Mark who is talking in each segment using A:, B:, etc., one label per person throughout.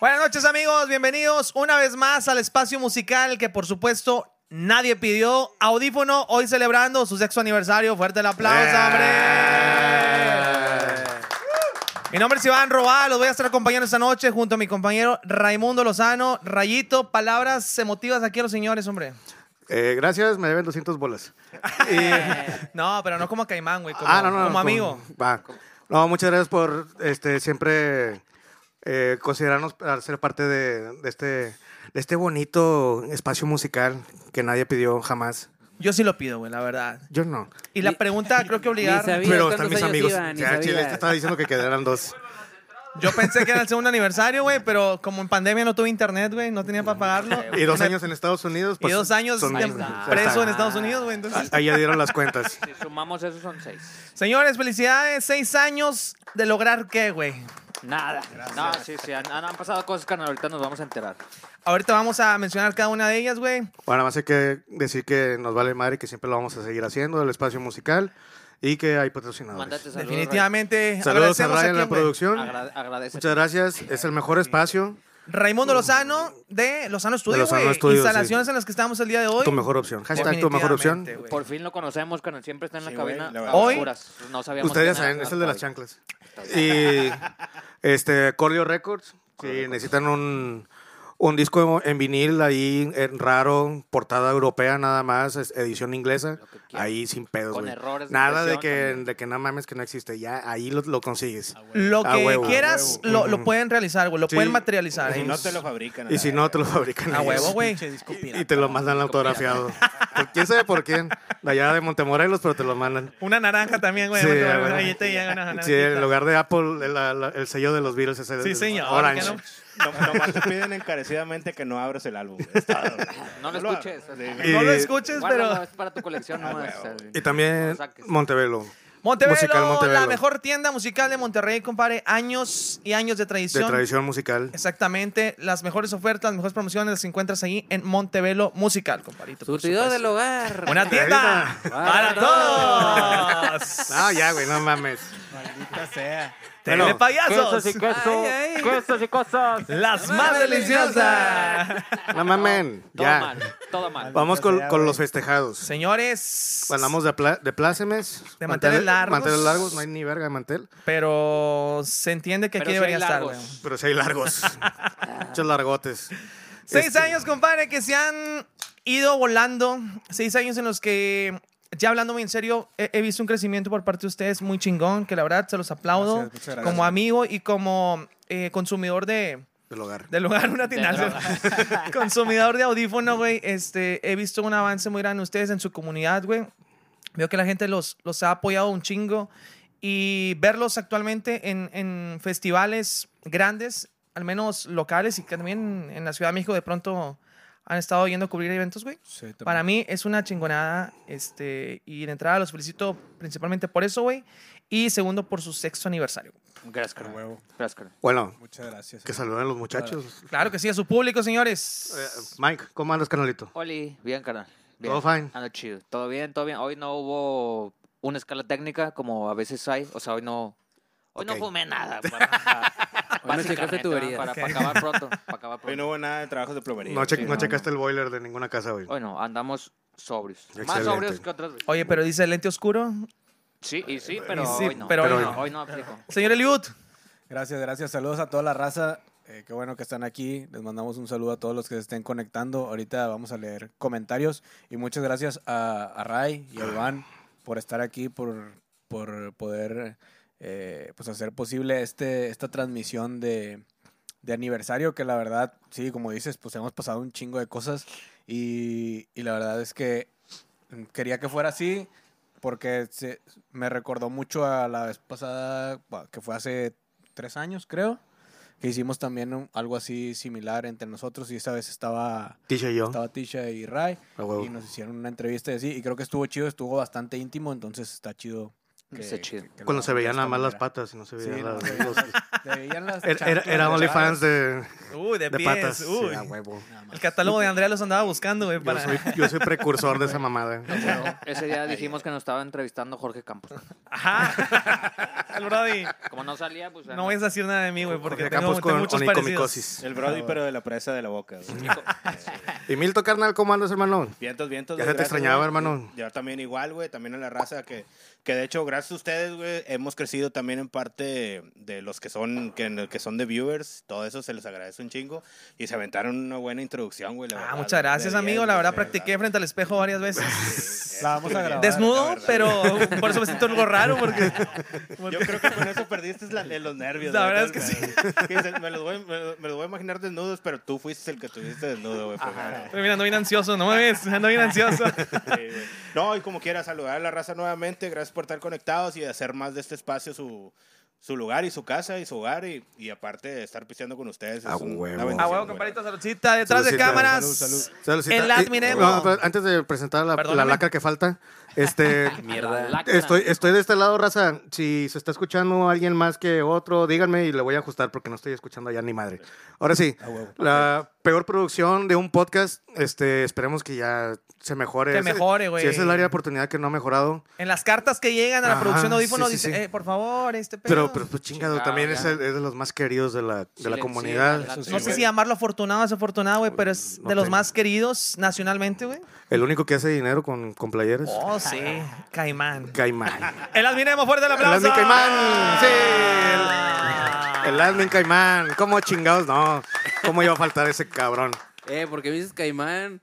A: Buenas noches amigos, bienvenidos una vez más al espacio musical que por supuesto nadie pidió. Audífono hoy celebrando su sexto aniversario. Fuerte el aplauso,
B: Eh.
A: hombre. Mi nombre es Iván Robá, los voy a estar acompañando esta noche junto a mi compañero Raimundo Lozano. Rayito, palabras emotivas aquí a los señores, hombre.
B: Eh, gracias, me deben 200 bolas.
C: Eh.
A: No, pero no como a Caimán, güey, como,
B: Ah, no, no, no,
A: como amigo.
B: va. No, muchas gracias por este, siempre eh, considerarnos para ser parte de, de este, de este bonito espacio musical que nadie pidió jamás.
A: Yo sí lo pido, güey, la verdad.
B: Yo no.
A: Y la pregunta creo que obligada.
C: ni sabía.
B: Pero están
C: cuántos
B: mis
C: años
B: amigos.
C: iban, ni
B: Ya, chile,
C: sabías.
B: te estaba diciendo que quedaran dos.
A: Yo pensé que era el segundo aniversario, güey, pero como en pandemia no tuve internet, güey, no tenía para pagarlo.
B: Y dos años en Estados Unidos. pues,
A: Y dos años
B: son-
A: de-
B: ya
A: preso en
B: Ah, está.
A: Estados Unidos, güey. Entonces,
B: Ahí ya dieron las cuentas.
C: Si sumamos eso son seis.
A: señores, felicidades. Seis años de lograr qué, güey.
C: Nada. No, sí, sí. Han, han- han pasado cosas, carnal. Ahorita nos vamos a enterar.
A: Ahorita vamos a mencionar cada una de ellas, güey.
B: Bueno, nada más hay que decir que nos vale madre y que siempre lo vamos a seguir haciendo, el espacio musical, y que hay patrocinadores.
C: Mándate saludos.
A: Definitivamente.
B: Saludos a
A: agradecemos
B: Ryan en la
A: quién, güey?
B: producción.
C: Agradece.
B: Muchas gracias. Es el mejor espacio,
A: Raimundo Lozano de Lozano Studios,
B: Lozano
A: güey.
B: Studios,
A: Instalaciones en las que estamos el día de hoy.
B: tu mejor opción. Hashtag tu mejor opción.
A: Definitivamente, güey.
C: Por fin lo conocemos, carnal. Siempre está en la
D: Sí, güey,
C: cabina.
D: la
C: a
D: verdad.
A: Hoy-
C: oscuras. pues, No sabíamos.
B: Ustedes ya
C: quién era,
B: saben, es el de las
C: hasta hoy.
B: chanclas. Y este, Cordio Records, si necesitan un, un disco en vinil ahí en raro, portada europea nada más, es- edición inglesa,
C: Lo que quieran.
B: ahí sin pedos,
C: Con
B: güey.
C: errores de
B: Nada de
C: impresión
B: que,
C: también. Ah,
B: de que no mames que no existe, ya ahí lo, lo consigues.
A: Lo
B: A
A: que
B: huevo.
A: quieras
B: A
A: lo,
B: huevo.
A: lo pueden realizar, güey. Lo
B: Sí.
A: pueden materializar.
D: Si
A: ¿eh?
D: no te lo fabrican.
B: Y si no, te lo fabrican
A: A
B: ellos.
A: huevo, güey.
B: Y, y te lo mandan autografiado. Por- ¿Quién sabe por quién? De allá de Montemorelos, pero te lo mandan.
A: Una naranja también, güey.
B: Sí,
A: Bueno,
B: a
A: ahí
B: huevo.
A: te llega una
B: Sí,
A: naranjita.
B: en lugar de Apple, el, la- el sello de los virus es el
A: Sí, señor.
B: Orange.
A: ¿Por qué
D: Nomás te piden encarecidamente que no abras el álbum. es todo.
C: No lo
D: No lo-
C: escuches.
D: Sí. Ah,
A: no? No lo
B: Y-
A: escuches,
C: Guárdalo,
A: pero...
C: es para tu colección nomás.
B: Y también
C: saques.
B: Montevelo.
A: Montevelo,
B: Musical
A: la
B: Montevelo.
A: mejor tienda musical de Monterrey, compadre. Años y años de
B: De
A: tradición.
B: tradición musical.
A: Exactamente. Las mejores ofertas, las mejores promociones las encuentras ahí en Montevelo Musical, compadrito. por
C: Surtido del
A: supuesto.
C: hogar.
A: Una tienda
C: Para
A: para todos.
B: Ah, ya, güey, no mames.
D: Maldita sea.
A: Tele
B: Bueno,
A: payasos.
C: Quesos y quesos.
E: Ay, ay.
C: Quesos y cosas.
A: Las más deliciosas.
B: No mamen.
C: Todo
B: Ya.
C: mal. Todo mal.
B: Vamos con,
D: Ya,
B: con
D: güey.
B: los festejados.
A: Señores.
B: Hablamos de, pla- de plácemes.
A: De manteles largos.
B: Manteles largos, no hay ni verga de mantel.
A: Pero se entiende que
C: Pero
A: aquí
C: sí
A: debería
C: hay
A: estar,
C: largos.
A: güey.
B: Pero sí hay largos. Muchos largotes.
A: Seis
B: Este-
A: años, compadre, que se han ido volando. Seis años en los que, ya hablando muy en serio, he, he visto un crecimiento por parte de ustedes muy chingón, que la verdad se los aplaudo
D: Gracias, muchas gracias.
A: como amigo y como eh, consumidor de...
B: Del hogar.
A: Del lugar una
C: De
A: tienda. Consumidor de audífono, güey. Este, he visto un avance muy grande en ustedes, en su comunidad, güey. Veo que la gente los, los ha apoyado un chingo. Y verlos actualmente en, en festivales grandes, al menos locales, y que también en la Ciudad de México de pronto han estado yendo a cubrir eventos, güey. Para mí es una chingonada. Este, y de entrada los felicito principalmente por eso, güey. Y segundo, por su sexto aniversario.
C: Gracias, carnal.
D: Huevo.
C: Gracias, carnal.
B: Bueno,
D: Muchas gracias.
B: que saluden a los muchachos.
A: Claro que sí, a su público, señores.
B: Eh, Mike, ¿cómo andas, canalito?
C: Oli, bien, carnal. Bien.
B: Todo fine.
C: Ando chido. Todo bien, todo bien. Hoy no hubo una escala técnica como a veces hay. O sea, hoy no. Hoy
B: Ok.
C: no fumé nada. Para, para-
E: Hoy no checaste
C: básicamente,
E: tuberías.
C: Para, para acabar pronto. Para acabar pronto.
D: Hoy no hubo nada de trabajos de plomería.
B: No, che-
C: sí,
B: no
C: no,
B: checaste el boiler de ninguna casa, güey.
C: Hoy no, andamos sobrios.
B: Excelente.
C: Más sobrios que otras veces.
A: Oye, pero dice lente oscuro.
C: Sí, y sí, pero
A: Y sí,
C: hoy no.
A: pero
B: hoy
C: hoy
B: no.
C: no. Hoy no aplico.
A: Señor Eliud,
F: Gracias, gracias. Saludos a toda la raza. Eh, qué bueno que están aquí. Les mandamos un saludo a todos los que se estén conectando. Ahorita vamos a leer comentarios. Y muchas gracias a, a Ray y a Iván por estar aquí, por, por poder eh, pues hacer posible este, esta transmisión de, de aniversario. Que la verdad, sí, como dices, pues hemos pasado un chingo de cosas. Y, y la verdad es que mm, quería que fuera así porque se- me recordó mucho a la vez pasada, bueno, que fue hace tres años, creo, que hicimos también un- algo así similar entre nosotros y esta vez estaba,
B: Tisha y yo.
F: estaba Tisha y Ray
B: A huevo.
F: y nos hicieron una entrevista y así, y creo que estuvo chido, estuvo bastante íntimo, entonces está chido.
C: Está chido.
F: que- que lo
B: Cuando se
F: hagamos de
B: veían
F: esta
B: nada más las
F: manera.
B: patas y no se
F: Sí,
B: veían
F: no,
B: las-
F: se
B: los,
F: Te veían las
B: Era, era,
F: chanclas
B: era
F: de
B: OnlyFans de,
A: Uy, de,
B: de
A: pies.
B: patas. Sí,
A: uy.
B: a huevo.
F: chavas.
A: el catálogo de Andrea los andaba buscando, güey.
B: Yo
A: Para...
B: soy, yo soy precursor de esa mamada.
C: Ese día dijimos que nos estaba entrevistando Jorge Campos.
A: Ajá. El Brody.
C: Como no salía, pues...
A: No vayas a decir nada de mí, güey, porque
B: Porque
A: tengo,
B: Campos
A: tengo
B: pues, con
A: muchos parecidos.
B: onicomicosis.
D: El Brody, pero de la presa de la boca. güey.
B: Y Milton, carnal, ¿cómo andas, hermano?
D: Vientos, vientos.
B: Ya se
D: güey,
B: te
D: gracias,
B: extrañaba,
D: güey.
B: hermano.
D: Yo también igual, güey. También a la raza que, que de hecho, gracias a ustedes, güey, hemos crecido también en parte de los que son, que, que son de viewers. Todo eso se les agradece un chingo. Y se aventaron una buena introducción, güey. la
A: Ah,
D: verdad,
A: muchas
D: de- de
A: gracias,
D: diez,
A: amigo.
D: güey,
A: La verdad,
D: de
A: practiqué frente al espejo varias veces.
D: Sí,
F: La vamos a grabar.
A: Desnudo,
D: La verdad.
A: pero por eso me siento algo raro, porque...
D: Yo creo que con eso perdiste la- eh, los nervios.
A: La
D: güey.
A: verdad es que sí.
D: Que dices, Me los, voy, me, los- me los voy a imaginar desnudos, pero tú fuiste el que estuviste desnudo, güey. primero.
A: Pero mira, ando bien ansioso, no me ves, ando bien ansioso.
D: Sí, güey. no, y como quiera, saludar a la raza nuevamente. Gracias por estar conectados y hacer más de este espacio su, su lugar y su casa y su hogar. Y, y aparte de estar pisteando con ustedes.
B: A
D: es un-
B: huevo.
D: una bendición,
A: A Ah, huevo,
D: güey.
A: campanita, saludcita, detrás de
B: Saludcita.
A: cámaras.
F: Salud, salud.
B: Saludcita.
A: El
B: Y-
A: admiremos.
B: no, pero antes de presentar la, la
A: Perdóname.
B: lacra que falta, este,
C: Mierda.
B: estoy, estoy de este lado, raza. Si se está escuchando alguien más que otro, díganme y le voy a ajustar porque no estoy escuchando allá ni madre. Ahora sí,
F: Ah,
B: la peor producción de un podcast, este, esperemos que ya se mejore.
A: Que
B: Ese-
A: mejore, güey.
B: Si esa es el área de oportunidad que no ha mejorado.
A: En las cartas que llegan a la
B: Ajá,
A: producción de
B: sí,
A: audífonos
B: sí,
A: dice,
B: sí.
A: eh, por favor, este pedo.
B: Pero, pero pues, chingado,
C: Chingado,
B: también
C: ya.
B: es, el- es de los más queridos de la, de la
C: Silencio,
B: comunidad.
C: adelante.
A: no
F: Sí,
A: sé
F: güey.
A: si llamarlo afortunado o desafortunado, güey, pero es
B: no
A: de los
B: tengo.
A: más queridos nacionalmente, güey.
B: El único que hace dinero con, con playeras.
A: Oh, sí. Caimán.
B: Caimán.
A: El admiremos fuerte el
B: El
A: aplauso.
B: admin Caimán. Sí.
A: Ah.
B: El, el admin Caimán. ¿Cómo chingados? No. ¿Cómo iba a faltar ese cabrón?
E: Eh, porque me dices Caimán.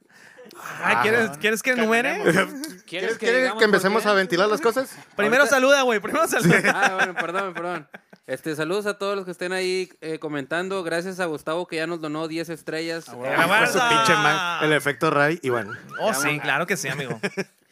A: Ay, Ah, ¿quieres, ¿Quieres que enumere?
D: Caminemos.
B: ¿Quieres, ¿quieres que, empecemos a ventilar las cosas?
A: Primero
E: Ahorita-
A: saluda, güey. Primero saluda.
E: Ah, bueno, perdón, perdón. Este, saludos a todos los que estén ahí eh, comentando. Gracias a Gustavo que ya nos donó 10 estrellas.
F: huevo.
E: Eh,
A: Ah, bueno.
B: Con su pinche man- El efecto Ray y bueno.
A: Oh, sí, claro que sí, amigo.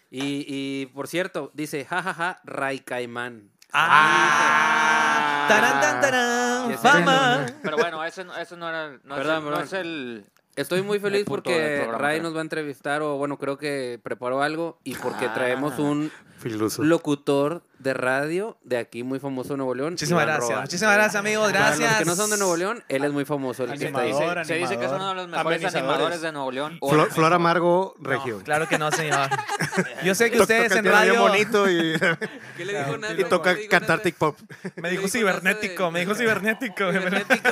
E: y, y, por cierto, dice, jajaja, Ray Caimán.
A: Ah. Tarán, tan,
E: Ya
A: tarán.
E: está.
A: Fama.
C: Pero bueno, eso, no- eso no era... No es
E: Perdón,
C: el- no
E: perdón.
C: es el...
E: Estoy muy
C: El
E: feliz
C: punto del
E: porque
C: programa,
E: Ray
C: creo.
E: nos va a entrevistar o bueno, creo que preparó algo y porque
C: Ah.
E: traemos un
B: Filuso.
E: locutor de radio de aquí muy famoso de Nuevo León.
A: Muchísimas
E: Iván
A: gracias.
E: Roa.
A: Muchísimas gracias, amigos.
E: Para los
A: Gracias.
E: que no son de Nuevo León, él es muy famoso. El que está ahí.
F: Animador,
C: se, se dice que es
F: animador,
C: uno de los mejores
D: amenizadores.
C: animadores de Nuevo León. O
B: Flo-
C: el
B: Flor
C: mejor.
B: Amargo
A: No,
B: Regio.
A: claro que no, señor. Yo sé que
B: Toca
A: ustedes en
B: cantar bien
A: radio.
B: bonito y,
E: ¿Qué le dijo Nando?
B: y toca
E: ¿Qué le dijo
B: cantar
E: Nando?
B: tic-pop.
A: Me dijo
E: Le dijo nada de-
A: cibernético, me dijo cibernético.
E: Cibernético.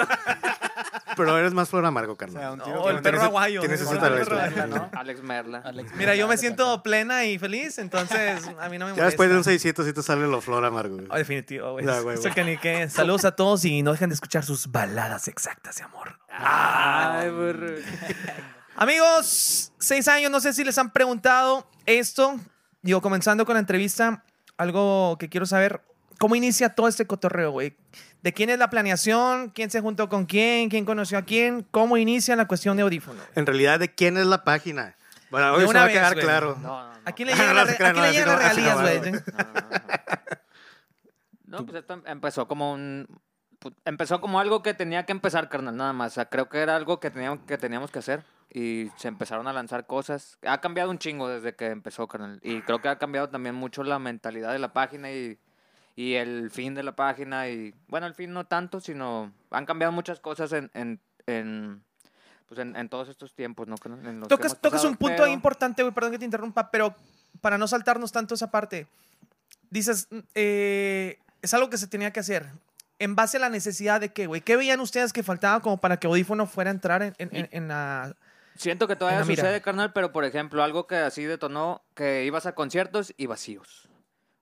B: Pero eres más Flor Amargo,
F: O sea, un
B: carnal.
F: tiro
A: No,
F: con
A: el perro
B: Tienes-
A: aguayo.
B: tienes
A: ¿no?
B: ese
A: El
B: talento.
A: perro aguayo.
F: ¿no?
C: Alex Merla.
F: Alex
A: Mira, yo me
F: Fernández
A: siento
F: acá.
A: plena y feliz, entonces a mí no me molesta.
B: Ya después de un 600 sí te sale lo Flor Amargo.
A: Oh, definitivo, güey.
B: Ya, güey,
A: Eso
B: güey.
A: que ni qué. Saludos a todos y no dejen de escuchar sus baladas exactas de amor.
E: Ay, burro.
A: Amigos, seis años, no sé si les han preguntado esto. Digo, comenzando con la entrevista, algo que quiero saber. ¿Cómo inicia todo este cotorreo, güey? ¿De quién es la planeación? ¿Quién se juntó con quién? ¿Quién conoció a quién? ¿Cómo inicia la cuestión de audífono? güey?
B: En realidad, ¿de quién es la página? Bueno, hoy
A: De
B: se
A: una
B: va a
A: vez,
B: quedar
A: güey.
B: claro.
C: No, no, no.
A: ¿A quién le llegan, las-
B: No se
A: a
B: crean,
A: quién le
B: no, así
A: llegan
B: no,
A: las
B: así no
A: regalías,
B: va,
A: güey?
C: No, no, no. No, pues esto em- empezó como un... pu- Empezó como algo que tenía que empezar, carnal, nada más. O sea, creo que era algo que teníamos que, teníamos que hacer. Y se empezaron a lanzar cosas. Ha cambiado un chingo desde que empezó, carnal. Y creo que ha cambiado también mucho la mentalidad de la página y, y el fin de la página. Y bueno, el fin no tanto, sino han cambiado muchas cosas en, en, en, pues en, en todos estos tiempos, ¿no? carnal? En los que
A: Tocas,
C: hemos
A: tocas
C: pasado,
A: un punto
C: pero-
A: ahí importante, güey, perdón que te interrumpa, pero para no saltarnos tanto esa parte, dices, mm, eh, es algo que se tenía que hacer. En base a la necesidad de qué, güey, ¿qué veían ustedes que faltaba como para que audífono fuera a entrar en, en- en- en la...
C: Siento que todavía
A: Ah, mira.
C: sucede, carnal, pero por ejemplo, algo que así detonó, que ibas a conciertos y vacíos.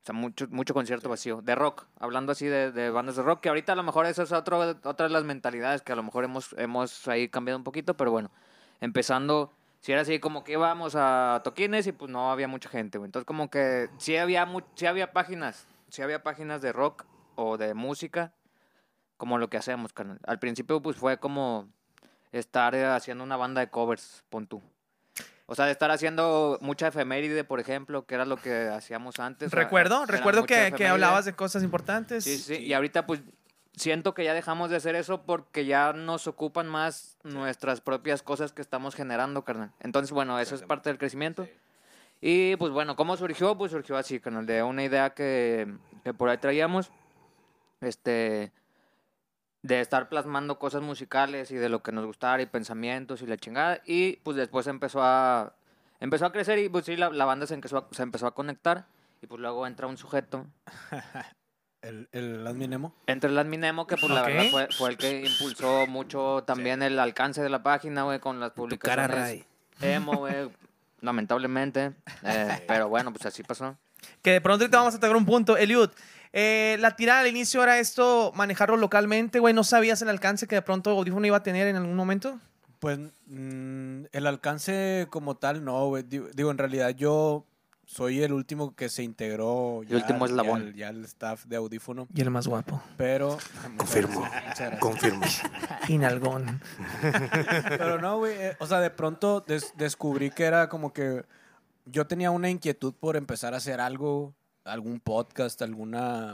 C: O sea, mucho, mucho concierto vacío. De rock, hablando así de, de bandas de rock, que ahorita a lo mejor eso es otro, otra de las mentalidades que a lo mejor hemos, hemos ahí cambiado un poquito, pero bueno, empezando, si era así como que íbamos a toquines y pues no había mucha gente, güey. Entonces como que sí había, mu- sí había páginas, sí había páginas de rock o de música, como lo que hacemos, carnal. Al principio pues fue como estar eh, haciendo una banda de covers, pon tú. O sea, de estar haciendo mucha efeméride, por ejemplo, que era lo que hacíamos antes. a-
A: recuerdo,
C: era
A: recuerdo que,
C: mucha
A: que
C: efeméride.
A: hablabas de cosas importantes.
C: Sí, sí, y ahorita pues siento que ya dejamos de hacer eso porque ya nos ocupan más nuestras propias cosas que estamos generando, carnal. Entonces, bueno, eso es parte del crecimiento. Y pues bueno, ¿cómo surgió? Pues surgió así, carnal, de una idea que, que por ahí traíamos. Este, de estar plasmando cosas musicales y de lo que nos gustara y pensamientos y la chingada. Y pues después empezó a, empezó a crecer y pues sí, la, la banda se empezó, a, se empezó a conectar. Y pues luego entra un sujeto,
F: El, el admin Nemo.
C: entre el Adminemo, que pues la
A: Ok.
C: verdad fue, fue el que impulsó mucho también el alcance de la página, güey, con las publicaciones. Emo, güey, lamentablemente. eh, pero bueno, pues así pasó.
A: Que de pronto te vamos a tocar un punto. Eliud, eh, la tirada al inicio era esto, manejarlo localmente, güey. ¿No sabías el alcance que de pronto Audífono iba a tener en algún momento?
F: Pues mm, el alcance como tal, no, güey. Digo, digo, en realidad yo soy el último que se integró.
C: El último
F: al-
C: eslabón.
F: al- Ya el staff de audífono.
A: Y el más guapo.
F: Pero.
B: Confirmo.
F: Muchas gracias.
B: Confirmo.
A: Inalgón.
F: Pero no, güey. eh, o sea, de pronto des- descubrí que era como que yo tenía una inquietud por empezar a hacer algo, algún podcast, alguna.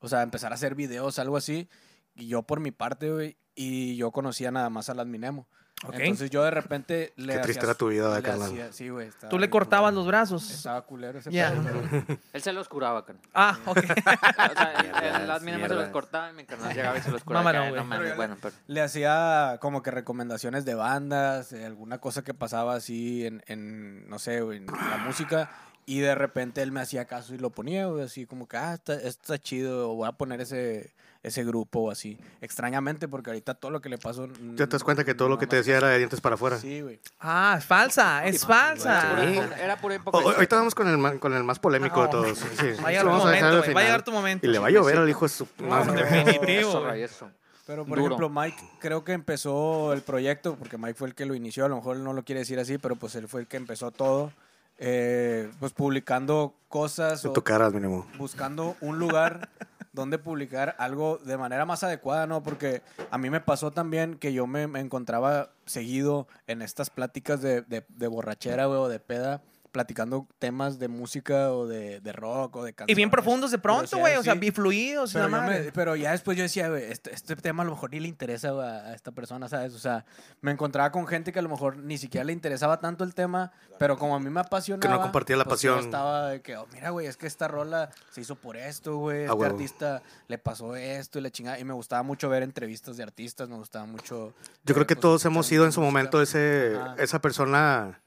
F: O sea, empezar a hacer videos, algo así. Y yo por mi parte, güey. Y yo conocía nada más al Adminemo.
A: Ok.
F: Entonces yo de repente le.
B: Qué triste
F: hacía-
B: era tu vida,
F: le
B: ¿verdad, carnal?
F: hacía- Sí, güey. estaba
A: Tú le
F: bien
A: cortabas
F: culero.
A: los brazos.
F: Estaba culero ese
A: Ya.
F: pedo, güey.
C: Él se los curaba, carnal.
A: Ah, ok.
C: O sea, el, el Adminemo se los
D: mierdas.
C: cortaba y mi carnal llegaba y se los curaba.
A: Mámalo,
C: Ay,
A: güey.
C: no mames, bueno, pero...
F: Le hacía como que recomendaciones de bandas, eh, alguna cosa que pasaba así en, en, no sé, güey, en la música. Y de repente él me hacía caso y lo ponía, güey, así como que, ah, está, está chido, voy a poner ese, ese grupo o así. Extrañamente, porque ahorita todo lo que le pasó...
B: Ya te das cuenta que todo lo que te decía era de dientes para afuera.
F: Sí, güey.
A: Ah, es falsa, es
C: Era pura
A: falsa.
B: Sí.
C: hipo- Era pura
B: O- o-
C: hipocresía.
B: ahorita vamos con el, ma- con el más polémico de
A: Ah,
B: todos. Sí, sí.
A: Va a llegar tu
B: Vamos a dejar
A: momento,
B: al
A: güey. Va a llegar
B: final.
A: tu momento.
B: Y le va a llover al hijo de su... No,
A: No,
B: no.
A: definitivo,
C: Eso,
A: güey.
C: rey, eso.
F: Pero, por
C: Duro.
F: ejemplo, Mike creo que empezó el proyecto, porque Mike fue el que lo inició, a lo mejor él no lo quiere decir así, pero pues él fue el que empezó todo, eh, pues publicando cosas
B: En
F: o
B: tu cara, mínimo.
F: buscando un lugar donde publicar algo de manera más adecuada, ¿no? Porque a mí me pasó también que yo me, me encontraba seguido en estas pláticas de, de- de borrachera, güey, o de peda, platicando temas de música o de, de rock o de canciones.
A: Y bien profundos de pronto,
F: Groseras,
A: güey. O sea,
F: sí.
A: bifluidos.
F: Pero,
A: la
F: yo me-
A: madre.
F: pero ya después yo decía, güey, este, este tema a lo mejor ni le interesa güey, a, a esta persona, ¿sabes? O sea, me encontraba con gente que a lo mejor ni siquiera le interesaba tanto el tema, pero como a mí me apasionaba.
B: compartía la
F: pues, yo
B: pasión.
F: estaba de que, oh, mira, güey, es que esta rola se hizo por esto, güey. Este
B: huevo.
F: artista le pasó esto y la chingada. Y me gustaba mucho ver entrevistas de artistas, me gustaba mucho.
B: Yo creo
F: eh,
B: que
F: pues,
B: todos hemos
F: escuchar
B: sido en su
F: música.
B: momento ese,
F: Ajá.
B: esa persona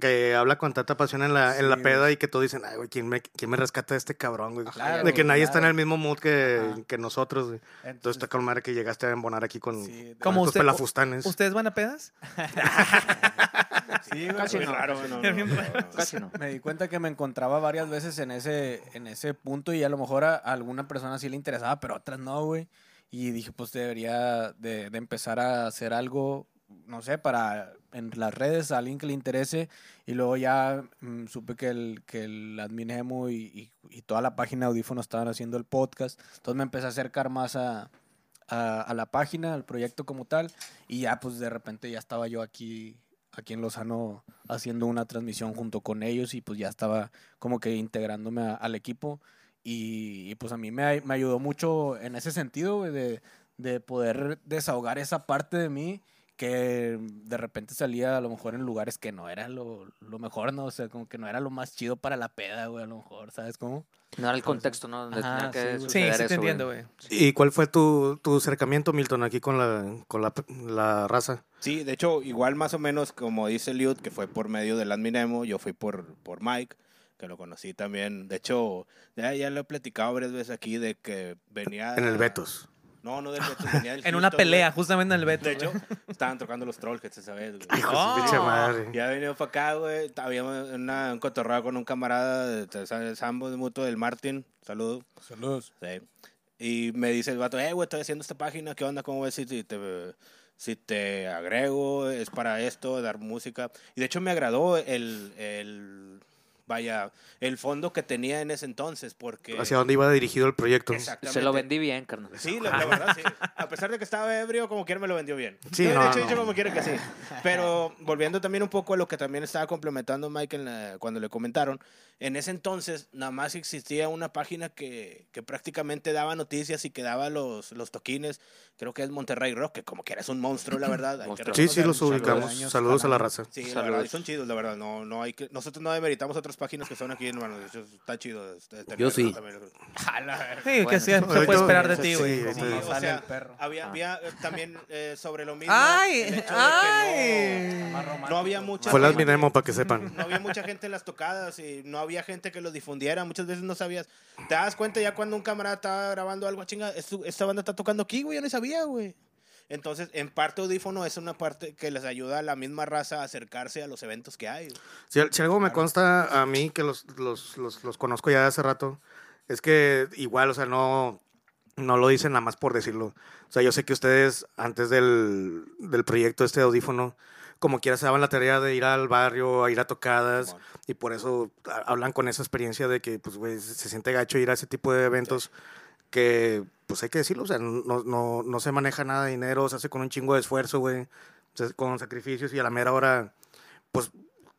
B: que habla con tanta pasión en la, en
F: Sí,
B: la
F: güey.
B: peda y que todos dicen, ay, güey, ¿quién me, quién me rescata de este cabrón, güey?
F: Claro,
B: de que
F: güey,
B: nadie está en
F: claro.
B: el mismo mood que,
F: Ajá.
B: que nosotros, güey. Entonces está con madre que llegaste a embonar aquí con,
F: Sí,
B: con
A: Como
B: estos
A: usted-
B: pelafustanes.
A: ¿Ustedes van a pedas?
F: Sí, güey,
C: Casi
D: Muy
C: no,
D: raro,
C: casi
D: no,
A: no.
D: no, no, no.
C: Casi no.
F: Me di cuenta que me encontraba varias veces en ese, en ese punto y a lo mejor a, a alguna persona sí le interesaba, pero a otras no, güey. Y dije, pues debería de, de empezar a hacer algo, no sé, para en las redes a alguien que le interese. Y luego ya mm, supe que el, que el admin Emo y, y- y toda la página de audífono estaban haciendo el podcast. Entonces me empecé a acercar más a, a- a la página, al proyecto como tal. Y ya, pues de repente ya estaba yo aquí, aquí en Lozano haciendo una transmisión junto con ellos y pues ya estaba como que integrándome a- al equipo. Y, y, pues a mí me, ay- me ayudó mucho en ese sentido, güey, de, de poder desahogar esa parte de mí que de repente salía a lo mejor en lugares que no era lo, lo mejor, ¿no? O sea, como que no era lo más chido para la peda, güey, a lo mejor, ¿sabes cómo?
C: No era el contexto, ¿no? Donde
F: Ajá,
C: tenía que
F: sí, güey.
A: Sí,
C: suceder
A: sí te
C: eso, güey.
A: entiendo, güey.
B: ¿Y cuál fue tu, tu acercamiento, Milton, aquí con la, con la, la raza?
D: Sí, de hecho, igual más o menos como dice Liud, que fue por medio del Adminemo, yo fui por, por Mike, que lo conocí también. De hecho, ya, ya lo he platicado varias veces aquí de que venía...
B: En el Betos.
D: No, no del Betos, venía del
A: En una
D: Houston,
A: pelea, justamente en el
D: güey.
A: Beto.
D: De hecho,
A: güey.
D: estaban tocando los trolls, que se sabe. güey.
B: Hijo de su
A: Oh.
B: pinche madre.
D: Ah, Ya he venido para acá, güey. Había una, un cotorreo con un camarada de, de San- Sambo de Mutuo del Martín. Saludos.
F: Saludos.
D: Sí. Y me dice el vato, eh, güey, estoy haciendo esta página, ¿qué onda? ¿Cómo ves si te, te- si te agrego? Es para esto, dar música. Y de hecho me agradó el, el vaya, el fondo que tenía en ese entonces, porque...
B: ¿Hacia dónde iba dirigido el proyecto?
D: Exactamente.
C: Se lo vendí bien, carnal.
D: Sí, la, la verdad, sí. A pesar de que estaba ebrio, como quiera me lo vendió bien.
B: Sí,
D: Yo hubiera
B: no,
D: hecho
B: no.
D: dicho como quiera que sí. Pero volviendo también un poco a lo que también estaba complementando Mike en la- cuando le comentaron, en ese entonces nada más existía una página que, que prácticamente daba noticias y que daba los, los toquines. Creo que es Monterrey Rock, que como que eres un monstruo, la verdad. hay que
C: Monstruo.
B: Sí, sí,
D: reconocerlo.
B: los
D: Saludos.
B: ubicamos.
F: años,
B: Saludos a la
F: al año.
B: raza.
D: Sí, la
C: Saludos.
D: verdad, y son chidos, la verdad. No, no hay que, nosotros no demeritamos otras otras páginas que son aquí, hermano. De hecho, está chido. este, tener
E: Yo sí.
D: también. A la verga.
A: Sí, que
C: Bueno,
A: sí, se
B: ahorita-
A: puede esperar de ti,
B: sí,
A: güey.
B: ahorita-
D: Sí,
F: Como
D: o
F: sale
D: sea,
F: el perro.
D: Había, había, eh, también eh, sobre lo mismo.
A: Ay,
D: el hecho de que
A: ay.
D: no- No, había mucha.
B: Fue las
D: gente-
B: Minemo para que sepan.
D: No había mucha gente en las tocadas y no había gente que lo difundiera. Muchas veces no sabías. Te das cuenta ya cuando un camarada estaba grabando algo, chinga, esto- esta banda está tocando aquí, güey, yo no sabía, güey. Entonces, en parte audífono es una parte que les ayuda a la misma raza a acercarse a los eventos que hay. güey.
B: Si, si algo me consta a mí, que los, los, los, los conozco ya de hace rato, es que igual, o sea, no, no lo dicen nada más por decirlo. O sea, yo sé que ustedes, antes del, del proyecto este de audífono, como quiera se daban la tarea de ir al barrio, a ir a tocadas, y por eso ha- hablan con esa experiencia de que, pues, güey, se se siente gacho ir a ese tipo de eventos que, pues, hay que decirlo, o sea, no, no, no se maneja nada de dinero, se hace con un chingo de esfuerzo, güey, se hace con sacrificios, y a la mera hora, pues,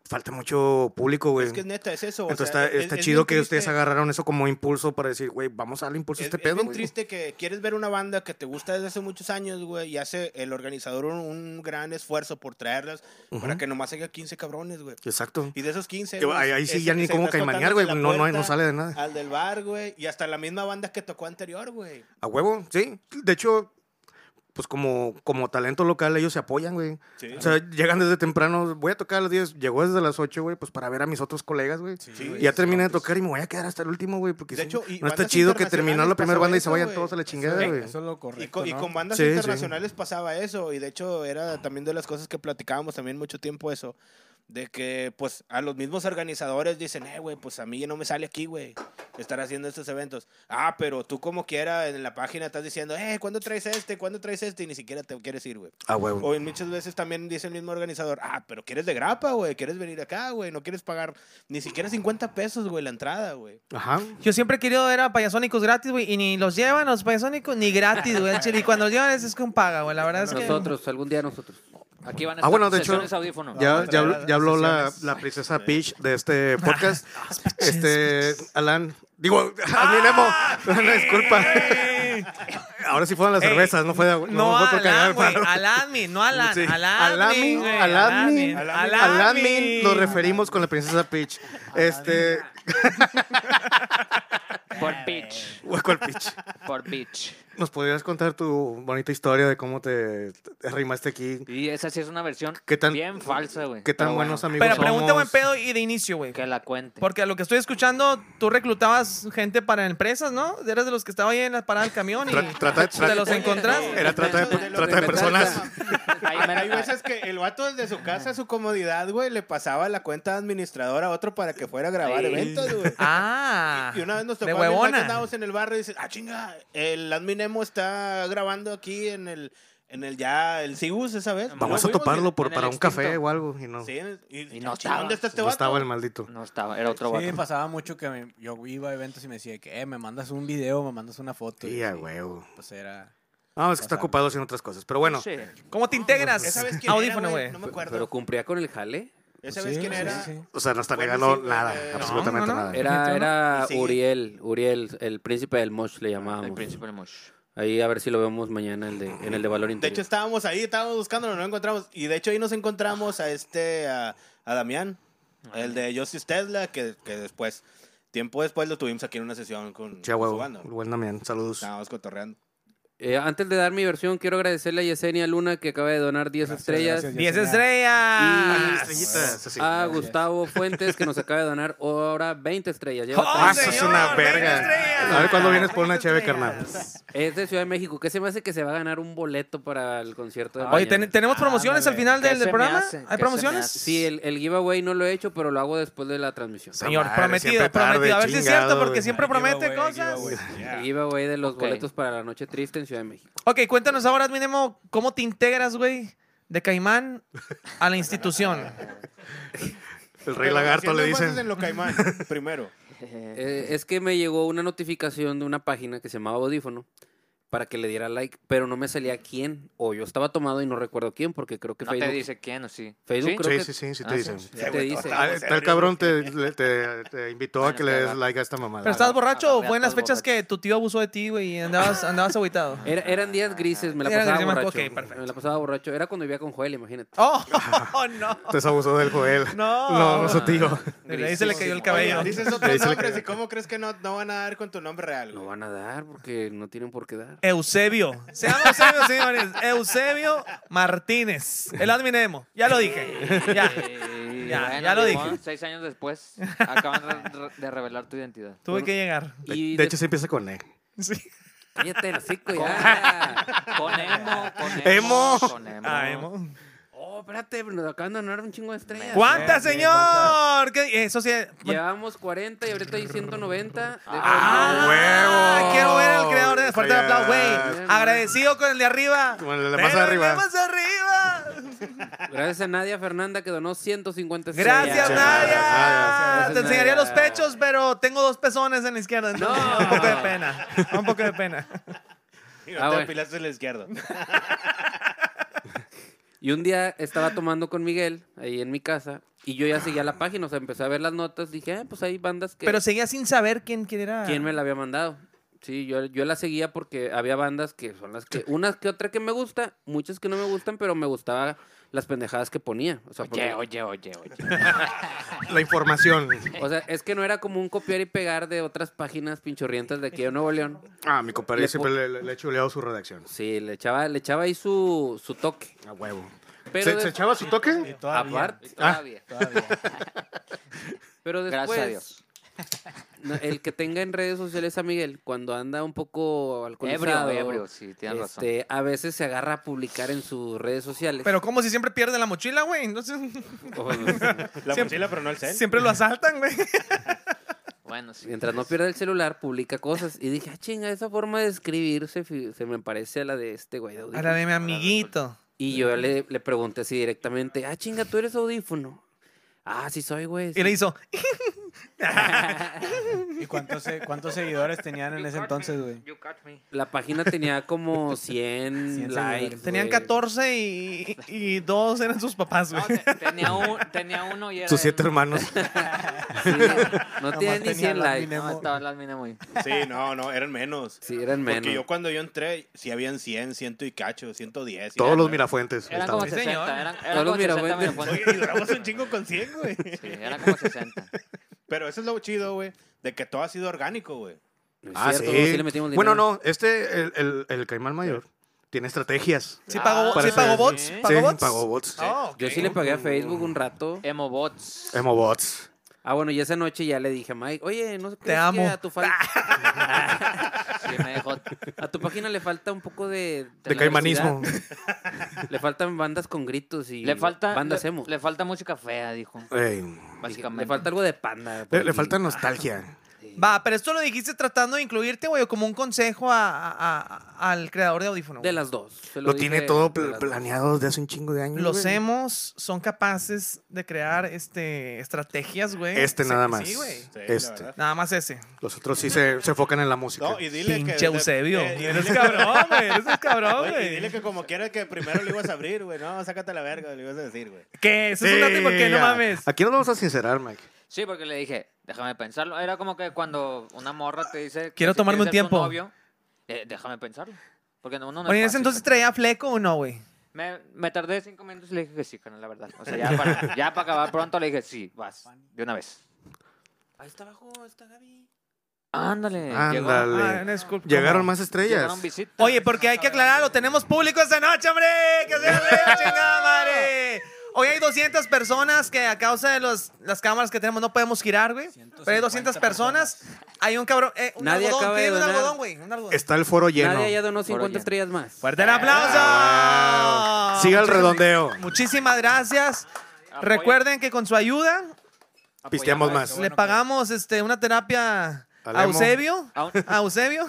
B: falta mucho público, güey.
D: Es que neta, es eso. o
B: Pues, Entonces
D: sea, e,
B: está,
D: es-
B: está
D: es
B: chido
D: bien
B: que ustedes
D: triste.
B: agarraron eso como impulso para decir, güey, vamos a darle impulso a
D: Es,
B: este
D: es
B: pedo,
D: bien
B: güey.
D: triste que quieres ver una banda que te gusta desde hace muchos años, güey, y hace el organizador un, un gran esfuerzo por traerlas para
B: Ujú.
D: que nomás haya 15 cabrones, güey.
B: Exacto.
D: Y de esos 15.
B: Que
D: güey,
B: ahí- ahí sí
D: es
B: ya
D: el que
B: ni
D: se
B: cómo
D: está
B: caimanear,
D: tocando
B: güey,
D: en la
B: no- no- no
D: puerta,
B: sale de nada.
D: Al del bar, güey. Y hasta la misma banda que tocó anterior, güey.
B: A huevo, sí. De hecho, pues como, como talento local ellos se apoyan, güey.
D: Sí.
B: O sea, llegan desde temprano, voy a tocar a las 10, llegó desde las 8, güey, pues para ver a mis otros colegas, güey.
D: Sí,
B: Y
D: güey,
B: ya terminé de tocar y me voy a quedar hasta el último, güey, porque
D: De
B: sí,
D: hecho, y
B: no está
D: bandas
B: chido que terminó la
D: internacionales
B: primera banda y se
D: pasaba
B: vayan
D: eso,
B: todos a la
D: güey.
B: chingada,
F: Eh,
B: güey.
F: Eso es lo correcto.
D: Y con, y
F: ¿no?
D: con bandas
B: Sí, sí.
D: internacionales pasaba eso, y de hecho era también de las cosas que platicábamos también mucho tiempo eso, de que pues a los mismos organizadores dicen, eh, güey, pues a mí no me sale aquí, güey, estar haciendo estos eventos. Ah, pero tú como quiera en la página estás diciendo, eh, ¿cuándo traes este? ¿Cuándo traes este? Y ni siquiera te quieres ir, güey.
B: A huevo.
D: O en muchas veces también dice el mismo organizador, ah, pero quieres de grapa, güey, quieres venir acá, güey, no quieres pagar ni siquiera 50 pesos, güey, la entrada, güey.
B: Ajá.
A: Yo siempre he querido ver a payasónicos gratis, güey, y ni los llevan los payasónicos ni gratis, güey. al chile. Y cuando los llevan es, es con paga, güey. La verdad es que.
E: Nosotros, algún día nosotros.
C: Aquí van a
B: Ah,
C: estar
B: bueno, de
C: sesiones
B: hecho,
C: audífono.
B: Ya,
F: vamos
B: ya,
F: a traer
B: habló-
F: las
B: ya habló la,
F: sesiones.
B: la princesa Peach de este podcast. este, Alan, digo, a mí Nemo, una disculpa. Ahora sí fueron las
A: Ey,
B: cervezas, no fue de agua.
A: No,
B: fue por cagar,
A: Alan, güey.
B: paro.
A: Al admin, no Alan.
B: Sí.
A: Al
B: Al
A: admin,
B: admin,
A: güey.
B: al admin,
A: Al
B: al
A: admin.
B: admin nos referimos con la princesa Peach. Este,
C: Por pitch.
B: güey, ¿cuál Peach?
C: Por pitch.
B: ¿Nos podrías contar tu bonita historia de cómo te, te arrimaste aquí?
C: Y esa sí es una versión
B: ¿Qué tan-
C: bien falsa, güey.
B: ¿Qué tan
C: Pero bueno,
B: buenos amigos
A: Pero
B: somos?
A: pregunta buen pedo y de inicio, güey.
C: Que la cuente.
A: Porque a lo que estoy escuchando, tú reclutabas gente para empresas, ¿no? Eras de los que estaba ahí en la parada del camión y
B: Tra- trata-
A: te
B: trata-
A: los encontraste.
B: Era trata de,
D: Eh, De lo
B: trata
D: que
B: de
D: me
B: personas.
D: trata.
C: Ahí
D: Hay,
C: mero-
D: hay veces que el vato desde su casa, su comodidad, güey, le pasaba la cuenta de administrador a otro para que fuera a grabar
C: Sí.
D: eventos, güey.
A: Ah.
D: Y una vez nos tocó
A: de
D: a mi hermano que
A: huevona.
D: estábamos en el barrio y dice, ah, chinga, el admin Emo está grabando aquí en el, en el ya, el Sigus esa vez.
B: Vamos
D: Lo
B: a
D: fuimos
B: toparlo por,
C: en el
B: para un
C: extinto.
B: café o algo. Y no,
D: y- Sí, y,
C: Y no
D: "Ah,
C: estaba.
D: ¿Dónde está este
B: no
D: vato?
B: estaba el maldito.
C: ah, No estaba, era otro
F: Sí,
C: vato.
F: pasaba mucho que me- yo iba a eventos y me decía que, eh, me mandas un video, me mandas una foto.
B: Sí,
F: Y
B: a
F: así,
B: huevo.
F: Pues era...
B: No, es que está
F: Pasaba.
B: ocupado haciendo otras cosas. Pero bueno,
C: Sí.
A: ¿Cómo te integras?
D: Esa vez quién
A: Audífono,
D: era,
A: güey.
D: No me acuerdo.
E: Pero cumplía con el jale.
D: Esa
F: Pues Sí,
D: vez quién
F: sí,
D: era.
F: sí, sí.
B: o sea, no está
D: Bueno,
B: negando
D: sí, güey,
B: nada.
D: eh, no,
B: absolutamente
A: no, no.
B: nada.
E: Era,
A: Definitivamente.
E: era
D: Y sigue.
E: Uriel, Uriel, el príncipe del Mosh le llamábamos.
C: El príncipe del Mosh.
E: Ahí a ver si lo vemos mañana el de, en el de valor
D: De hecho,
E: interior.
D: estábamos ahí, estábamos buscándolo, no lo encontramos. Y de hecho, ahí nos encontramos a este, a, a Damián,
B: Ah,
D: el de Justice Tesla, que, que después, tiempo después lo tuvimos aquí en una sesión con,
B: Sí, a
D: con su
B: huevo.
D: banda.
B: El buen Damián, saludos.
D: Estábamos cotorreando.
E: Eh, antes de dar mi versión, quiero agradecerle a Yesenia Luna que acaba de donar 10
F: Gracias,
E: estrellas.
F: gracias,
A: 10
F: Yesenia.
C: Ah,
A: estrellas.
E: Y-
B: Estrellitas, así.
E: A
F: gracias.
E: Gustavo Fuentes que nos acaba de donar ahora 20 estrellas. Lleva
A: ¡Oh,
B: Ah,
E: tres.
B: eso es
A: señor!
B: una
A: ¡Veinte
B: verga.
A: estrellas!
B: A ver cuándo vienes por una
A: ¡Veinte
B: cheve,
A: estrellas!
E: Es de Ciudad de México. ¿Qué se me hace que se va a ganar un boleto para el concierto de
A: Oye,
E: mañana?
A: ¿ten-
B: Ah,
A: ¿tenemos promociones al
D: Ándale.
A: final
C: ¿Qué
A: del, del
C: se me
A: programa?
C: hace? ¿Qué se
A: ¿Hay
C: me
A: promociones?
C: hace?
E: Sí, el, el giveaway no lo he hecho, pero lo hago después de la transmisión.
A: Señor,
B: Esa madre,
A: prometido,
B: siempre tarde,
A: prometido. A ver si es cierto,
B: chingado,
A: porque
B: güey.
A: siempre
F: Ay,
A: promete
F: giveaway,
A: cosas.
F: giveaway.
E: El giveaway de los
C: Ok.
E: boletos para la noche triste en Ciudad de México.
A: Ok, cuéntanos ahora, Minemo, ¿cómo te integras, güey, de Caimán a la institución?
B: El rey
D: Pero
B: lagarto
D: haciendo
B: le
D: énfasis en
B: dicen.
D: lo caimán, primero.
E: Eh, es que me llegó una notificación de una página que se llamaba Audífono para que le diera like, pero no me salía quién, o yo estaba tomado y no recuerdo quién, porque creo que
C: No
E: Facebook,
C: te dice quién o sí.
E: Facebook
C: ¿Sí?
E: creo
B: Sí,
E: que
B: sí, sí, sí
C: Ah,
B: te dicen.
E: sí
D: Sí,
E: te
D: güey,
E: dice.
D: todo
B: Ah,
D: estamos
B: Tal
D: serios.
B: cabrón te, le- te- te invitó a que le des like a esta mamada.
A: Pero estabas borracho o
C: agarré a
A: fue en las
C: todos
A: fechas
C: borrachos.
A: que tu tío abusó de ti, güey, y andabas, andabas aguitado.
E: Era- eran días grises, me la
A: Era
E: pasaba
A: gris,
E: borracho.
A: ok, perfecto.
E: Me la pasaba borracho. Era cuando vivía con Joel, imagínate.
A: ¡Oh, no!
B: Entonces abusó del Joel.
A: No.
B: No, su tío.
A: Ahí se le cayó el cabello.
D: Oye, dices
B: Ahí
D: otros
B: se le
D: nombres
B: cayó.
D: y cómo crees que no, no van a dar con tu nombre real.
E: No
D: güey?
E: van a dar porque no tienen por qué dar.
A: Eusebio. Se llama Eusebio, señores. Eusebio Martínez. El admin de Emo. Ya lo dije. Ya.
C: Y
A: Ya,
C: bueno,
A: ya lo
C: Limón,
A: dije.
C: Seis años después, acaban de re- de revelar tu identidad.
A: Tuve que llegar.
E: Y
B: De hecho, se empieza con E.
A: Sí.
E: cállate el hocico ya.
C: Con emo, con
B: Emo.
C: emo. Con emo.
A: Ah, Emo.
E: Oh, espérate, nos acaban de donar un chingo de estrellas.
A: ¿Cuántas,
F: Bien, bien,
A: señor? ¿Qué- Eso sí.
E: Llevamos 40 y ahorita hay 190.
C: Ah,
A: Ah,
B: huevo!
A: Quiero ver al creador de Fuerte el
B: Oigan.
A: Aplauso, güey. Agradecido con el de arriba.
B: Con el de más
A: Pero
B: arriba.
A: de más arriba.
E: Gracias a Nadia Fernanda que donó 150 estrellas.
A: Gracias,
B: Sí,
A: Nadia.
B: gracias.
A: Te enseñaría los
E: Gracias, Nadia.
A: pechos, pero tengo dos pezones en la izquierda. entonces,
E: No.
A: Un poco de pena. Un poco de pena.
D: Y
E: Ah,
D: no
E: bueno.
D: te apilaste la izquierda.
E: Y un día estaba tomando con Miguel ahí en mi casa y yo ya seguía la página, o sea, empecé a ver las notas, dije, ah, pues hay bandas que
A: Pero seguía sin saber quién, quién era.
E: quién me la había mandado. Sí, yo, yo la seguía porque había bandas que son las que unas que otra que me gusta, muchas que no me gustan, pero me gustaba las pendejadas que ponía, o sea, porque-
C: Oye, oye, oye, oye.
B: La información.
E: o sea, es que no era como un copiar y pegar de otras páginas pinchorrientas de aquí de Nuevo León.
B: Ah, mi compadre
E: Le
B: siempre le, le- le he chuleado su redacción.
E: Sí, le echaba le echaba ahí su, su toque.
B: A huevo.
E: Pero
B: ¿Se,
E: de-
B: se echaba su toque?
E: aparte,
C: Todavía.
E: pero después
C: Gracias a Dios.
E: No, el que tenga en redes sociales a Miguel, cuando anda un
C: Ebrio,
E: poco alcoholizado,
C: ebrio, sí, tienes razón.
E: este, a veces se agarra a publicar en sus redes sociales.
A: Pero como si siempre pierde la mochila, güey. Entonces,
E: O- mientras
D: La
A: Siempre-
D: mochila, pero no el cel.
A: siempre lo asaltan, güey.
C: Bueno, sí.
E: no pierda el celular, publica cosas. Y dije, ah, chinga, esa forma de escribir se, fi- se me parece a la de este güey de
A: A
E: audífono.
A: la de mi amiguito.
E: Y yo le, le pregunté así directamente, ah, chinga, tú eres audífono. Ah, sí soy, güey.
A: Y le hizo.
F: ¿Y cuántos, se- cuántos seguidores tenían en ese entonces, güey?
E: La página tenía como 100,
F: 100
E: likes.
F: seguidores.
A: Tenían
E: güey.
A: 14 y, y dos eran sus papás, güey.
C: No, te- tenía, un- tenía uno y era.
B: Sus siete
C: el-
B: hermanos.
E: Sí, no tenían ni
F: tenía
E: 100
F: las
E: likes.
F: minas.
C: No, estaban las minas muy.
D: Sí, no, no, eran menos.
E: Sí, eran menos.
D: Porque yo cuando yo entré, sí habían 100, 100 y cacho, 110. y
B: Todos
D: era-
B: los Mirafuentes.
C: Eran
B: estaban.
C: como
A: Sí, señor.
C: 60. Eran, eran
E: Todos los
C: como 60
E: Mirafuentes.
D: Oye,
C: Mirafuentes.
D: y duramos un chingo con 100, güey.
C: Sí, eran como 60.
D: Pero eso es lo chido, güey, de que todo ha sido orgánico, güey.
E: No es
B: Ah,
E: cierto,
B: sí.
E: le metimos
B: bueno,
E: dinero.
B: no, este, el, el, el Caimán Mayor, tiene estrategias.
A: Sí pagó,
B: Para
A: sí
B: ser-
A: pagó bots.
C: sí.
A: ¿Pagó
B: sí,
A: bots?
B: Pagó bots.
A: Ah, ok.
E: Yo sí le pagué a Facebook un rato.
C: Emo bots.
B: Emo bots.
E: Ah, bueno, y esa noche ya le dije a Mike, oye, no sé qué
A: amo.
E: a tu, fal-
C: Sí, me dejó.
E: a tu página le falta un poco de...
B: De
E: la
B: caimanismo.
E: diversidad. Le faltan bandas con gritos y
C: Le falta.
E: bandas
C: Le,
E: emo.
C: le falta música fea, dijo.
B: Ey,
E: Dije,
C: Básicamente.
E: le falta algo de panda. por
B: le, le
E: ahí.
B: falta nostalgia.
A: Va, pero esto lo dijiste tratando de incluirte, güey, o como un consejo a- a- a- al creador de audífono.
E: De
A: güey.
E: las dos. se
B: Lo tiene
E: dije,
B: todo
E: de
B: pl-
E: las dos.
B: planeado desde hace un chingo de años.
A: Los
B: güey.
A: emos son capaces de crear este, estrategias, güey.
B: Este
A: Sí,
B: nada más.
A: Sí, güey.
D: Sí, la
B: este.
D: verdad.
A: Nada más ese.
B: Los otros sí se, se enfocan en la música.
D: No, y dile que.
A: Este Pinche Eusebio.
D: eh, y
A: eres
D: dile-
A: cabrón, güey. Eres un cabrón,
D: Oye, y
A: güey.
D: dile que como quiera que primero le ibas a abrir, güey. No, sácate la verga, le ibas a decir, güey.
A: ¿Qué? Eso es un dato y por qué no
B: Sí,
A: mames.
B: Aquí nos vamos a sincerar, Mike.
C: Sí, porque le dije, déjame pensarlo. Era como que cuando una morra te dice. que
A: Quiero
C: si
A: tomarme
C: quieres
A: un
C: ser su
A: tiempo.
C: novio, eh, déjame pensarlo. Porque no, uno no
A: Oye, en
C: es
A: ese
C: fácil,
A: entonces
C: pero-
A: traía fleco o no, güey.
C: Me, me tardé cinco minutos y le dije que sí, carnal, la verdad. O sea, ya para, ya para acabar pronto le dije, sí, vas, de una vez.
E: Ahí está abajo, está Gaby.
C: Ándale. llegó.
B: Ándale.
A: Ah, no, disculpa.
B: Llegaron más estrellas.
C: Llegaron visitas.
A: Oye, porque hay que aclararlo, tenemos público esta noche, hombre. Que se vea la chingada madre. Hoy hay 200 personas que a causa de los, las cámaras que tenemos no podemos girar, güey. Pero hay 200 personas. Hay un cabrón. eh, un
E: Nadie
A: algodón,
E: acaba de
A: ¿qué? un
E: donar.
A: algodón, güey. Un algodón.
B: Está el foro lleno.
E: Nadie ya donó
C: Por
E: 50
C: lleno.
E: estrellas más.
A: Fuerte el aplauso.
B: Siga el
A: Muchísimas-
B: redondeo.
A: Muchísimas gracias. Recuerden que con su ayuda
B: Pisteamos más.
A: le pagamos este, una terapia
B: Al
A: a
B: emo.
A: Eusebio.
C: A un-
A: A Eusebio.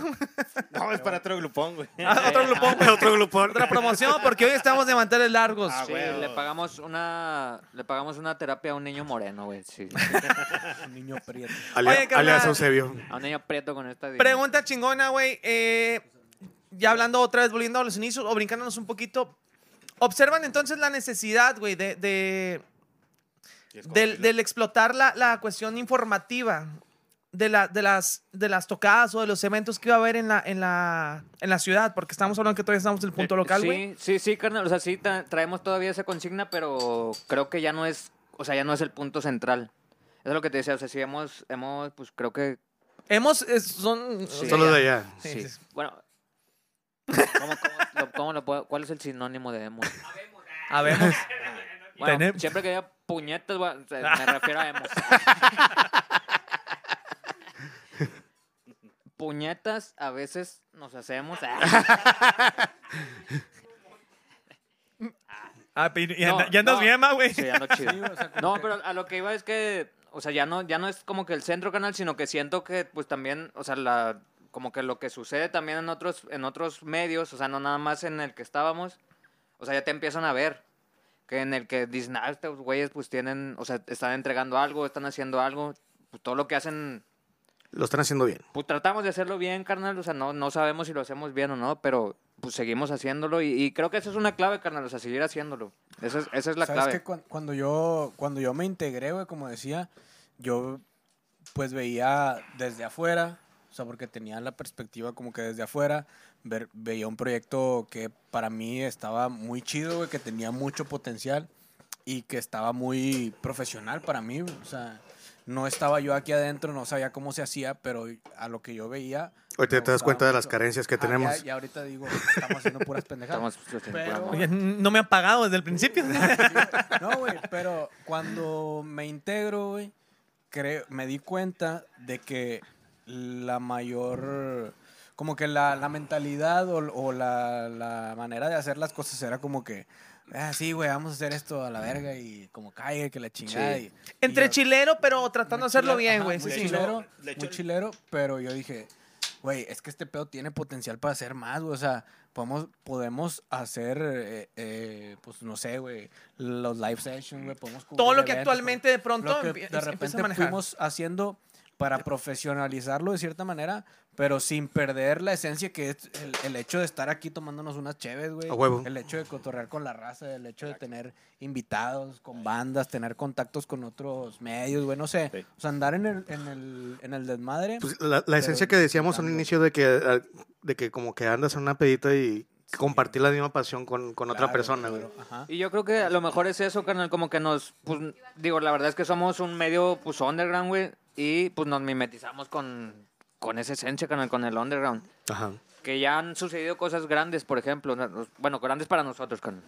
D: No, es para otro grupón, güey.
A: A otro grupo.
B: Otro grupón.
A: Otra promoción porque hoy estamos de manteles largos.
D: Ah,
C: Sí,
D: huevo.
C: le pagamos una le pagamos una terapia a un niño moreno, güey, sí.
F: Un niño prieto.
B: Alia-
A: Oye, carnal.
B: alias Eusebio.
C: A un niño prieto con esta
A: Pregunta chingona, güey. eh, ya hablando otra vez, volviendo a los inicios o brincándonos un poquito, observan entonces la necesidad, güey, de, de-
D: Y es como
A: del,
D: que-
A: del explotar la, la cuestión informativa de, la, de, las, de las tocadas o de los eventos que iba a haber en la, en la, en la ciudad, porque estamos hablando que todavía estamos en el punto local,
C: Eh, sí,
A: güey.
C: Sí, sí, carnal. O sea, sí tra- traemos todavía esa consigna, pero creo que ya no es, o sea, ya no es el punto central. Eso es lo que te decía, o sea, sí hemos, hemos pues creo que...
A: Hemos, es- son...
C: Sí.
B: Solo de allá.
A: Sí,
C: Sí.
A: sí.
C: Bueno, ¿cómo, cómo lo- cómo lo puedo- ¿cuál es el sinónimo de hemos?
A: Habemos.
C: Bueno,
A: Tenem-
C: siempre que haya puñetas, va- o sea, me refiero a hemos. Puñetas a veces nos hacemos...
A: Ah, pero y- y
C: No,
A: anda- ya andas
C: no.
A: bien, ma, güey.
C: Sí, ya no chido. no, pero a lo que iba es que, o sea, ya no, ya no es como que el centro canal, sino que siento que, pues también, o sea, la, como que lo que sucede también en otros, en otros medios, o sea, no nada más en el que estábamos, o sea, ya te empiezan a ver. Que en el que dicen, ah, estos güeyes, pues tienen, o sea, están entregando algo, están haciendo algo, pues todo lo que hacen,
B: Lo están haciendo bien.
C: pues tratamos de hacerlo bien, carnal, o sea, no, no sabemos si lo hacemos bien o no, pero pues seguimos haciéndolo y, y creo que esa es una clave, carnal, o sea, seguir haciéndolo. Esa es, esa es la
F: ¿Sabes
C: clave.
F: qué? Cuan- cuando, yo, cuando yo me integré, güey, como decía, yo pues veía desde afuera, o sea, porque tenía la perspectiva como que desde afuera, ver- veía un proyecto que para mí estaba muy chido, güey, que tenía mucho potencial y que estaba muy profesional para mí, güey, o sea, no estaba yo aquí adentro, no sabía cómo se hacía, pero a lo que yo veía...
B: Ahorita
F: me
B: te das
F: gustaba
B: cuenta de las
F: mucho.
B: carencias que
F: Ah, ya-
B: tenemos.
F: ya, ahorita digo, estamos haciendo puras pendejadas.
C: Estamos
F: Pero-
A: Oye, No me han pagado desde el principio.
F: No, güey, pero cuando me integro, güey, creo, me di cuenta de que la mayor, como que la, la mentalidad o, o la, la manera de hacer las cosas era como que, ah, sí, güey, vamos a hacer esto a la verga y como caiga, que la chingada.
C: Sí.
F: y- y
A: Entre
F: yo-
A: chilero, pero tratando de hacerlo
F: Chilero,
A: bien,
F: ajá,
A: güey.
F: Muy
A: Sí, sí.
F: chilero,
D: Le
F: muy
D: echo-
F: chilero, pero yo dije, güey, es que este pedo tiene potencial para hacer más, güey. O sea, podemos, podemos hacer, eh, eh, pues no sé, güey, los live sessions, güey. Podemos
A: Todo
F: cubrir
A: lo que
F: eventos,
A: actualmente de
F: podemos-
A: pronto
F: lo que
A: empie-
F: de
A: empieza
F: repente
A: a manejar.
F: fuimos haciendo para profesionalizarlo de cierta manera, pero sin perder la esencia que es el, el hecho de estar aquí tomándonos unas cheves, güey.
B: A huevo.
F: El hecho de cotorrear con la raza, el hecho de tener invitados con bandas, tener contactos con otros medios, güey, no sé.
D: Sí.
F: O sea, andar en el, en el, en el desmadre.
B: Pues, la, la esencia que decíamos en un
F: dando.
B: inicio de que, ah, de que como que andas en una pedita y compartir la misma pasión con, con otra
F: Claro,
B: persona, güey.
F: claro, ajá.
C: Y yo creo que a lo mejor es eso, carnal, como que nos, pues, digo, la verdad es que somos un medio, pues, underground, güey, y pues nos mimetizamos con, con esa esencia, carnal, con el underground.
B: Ajá.
C: Que ya han sucedido cosas grandes, por ejemplo, no- bueno, grandes para nosotros, carnal.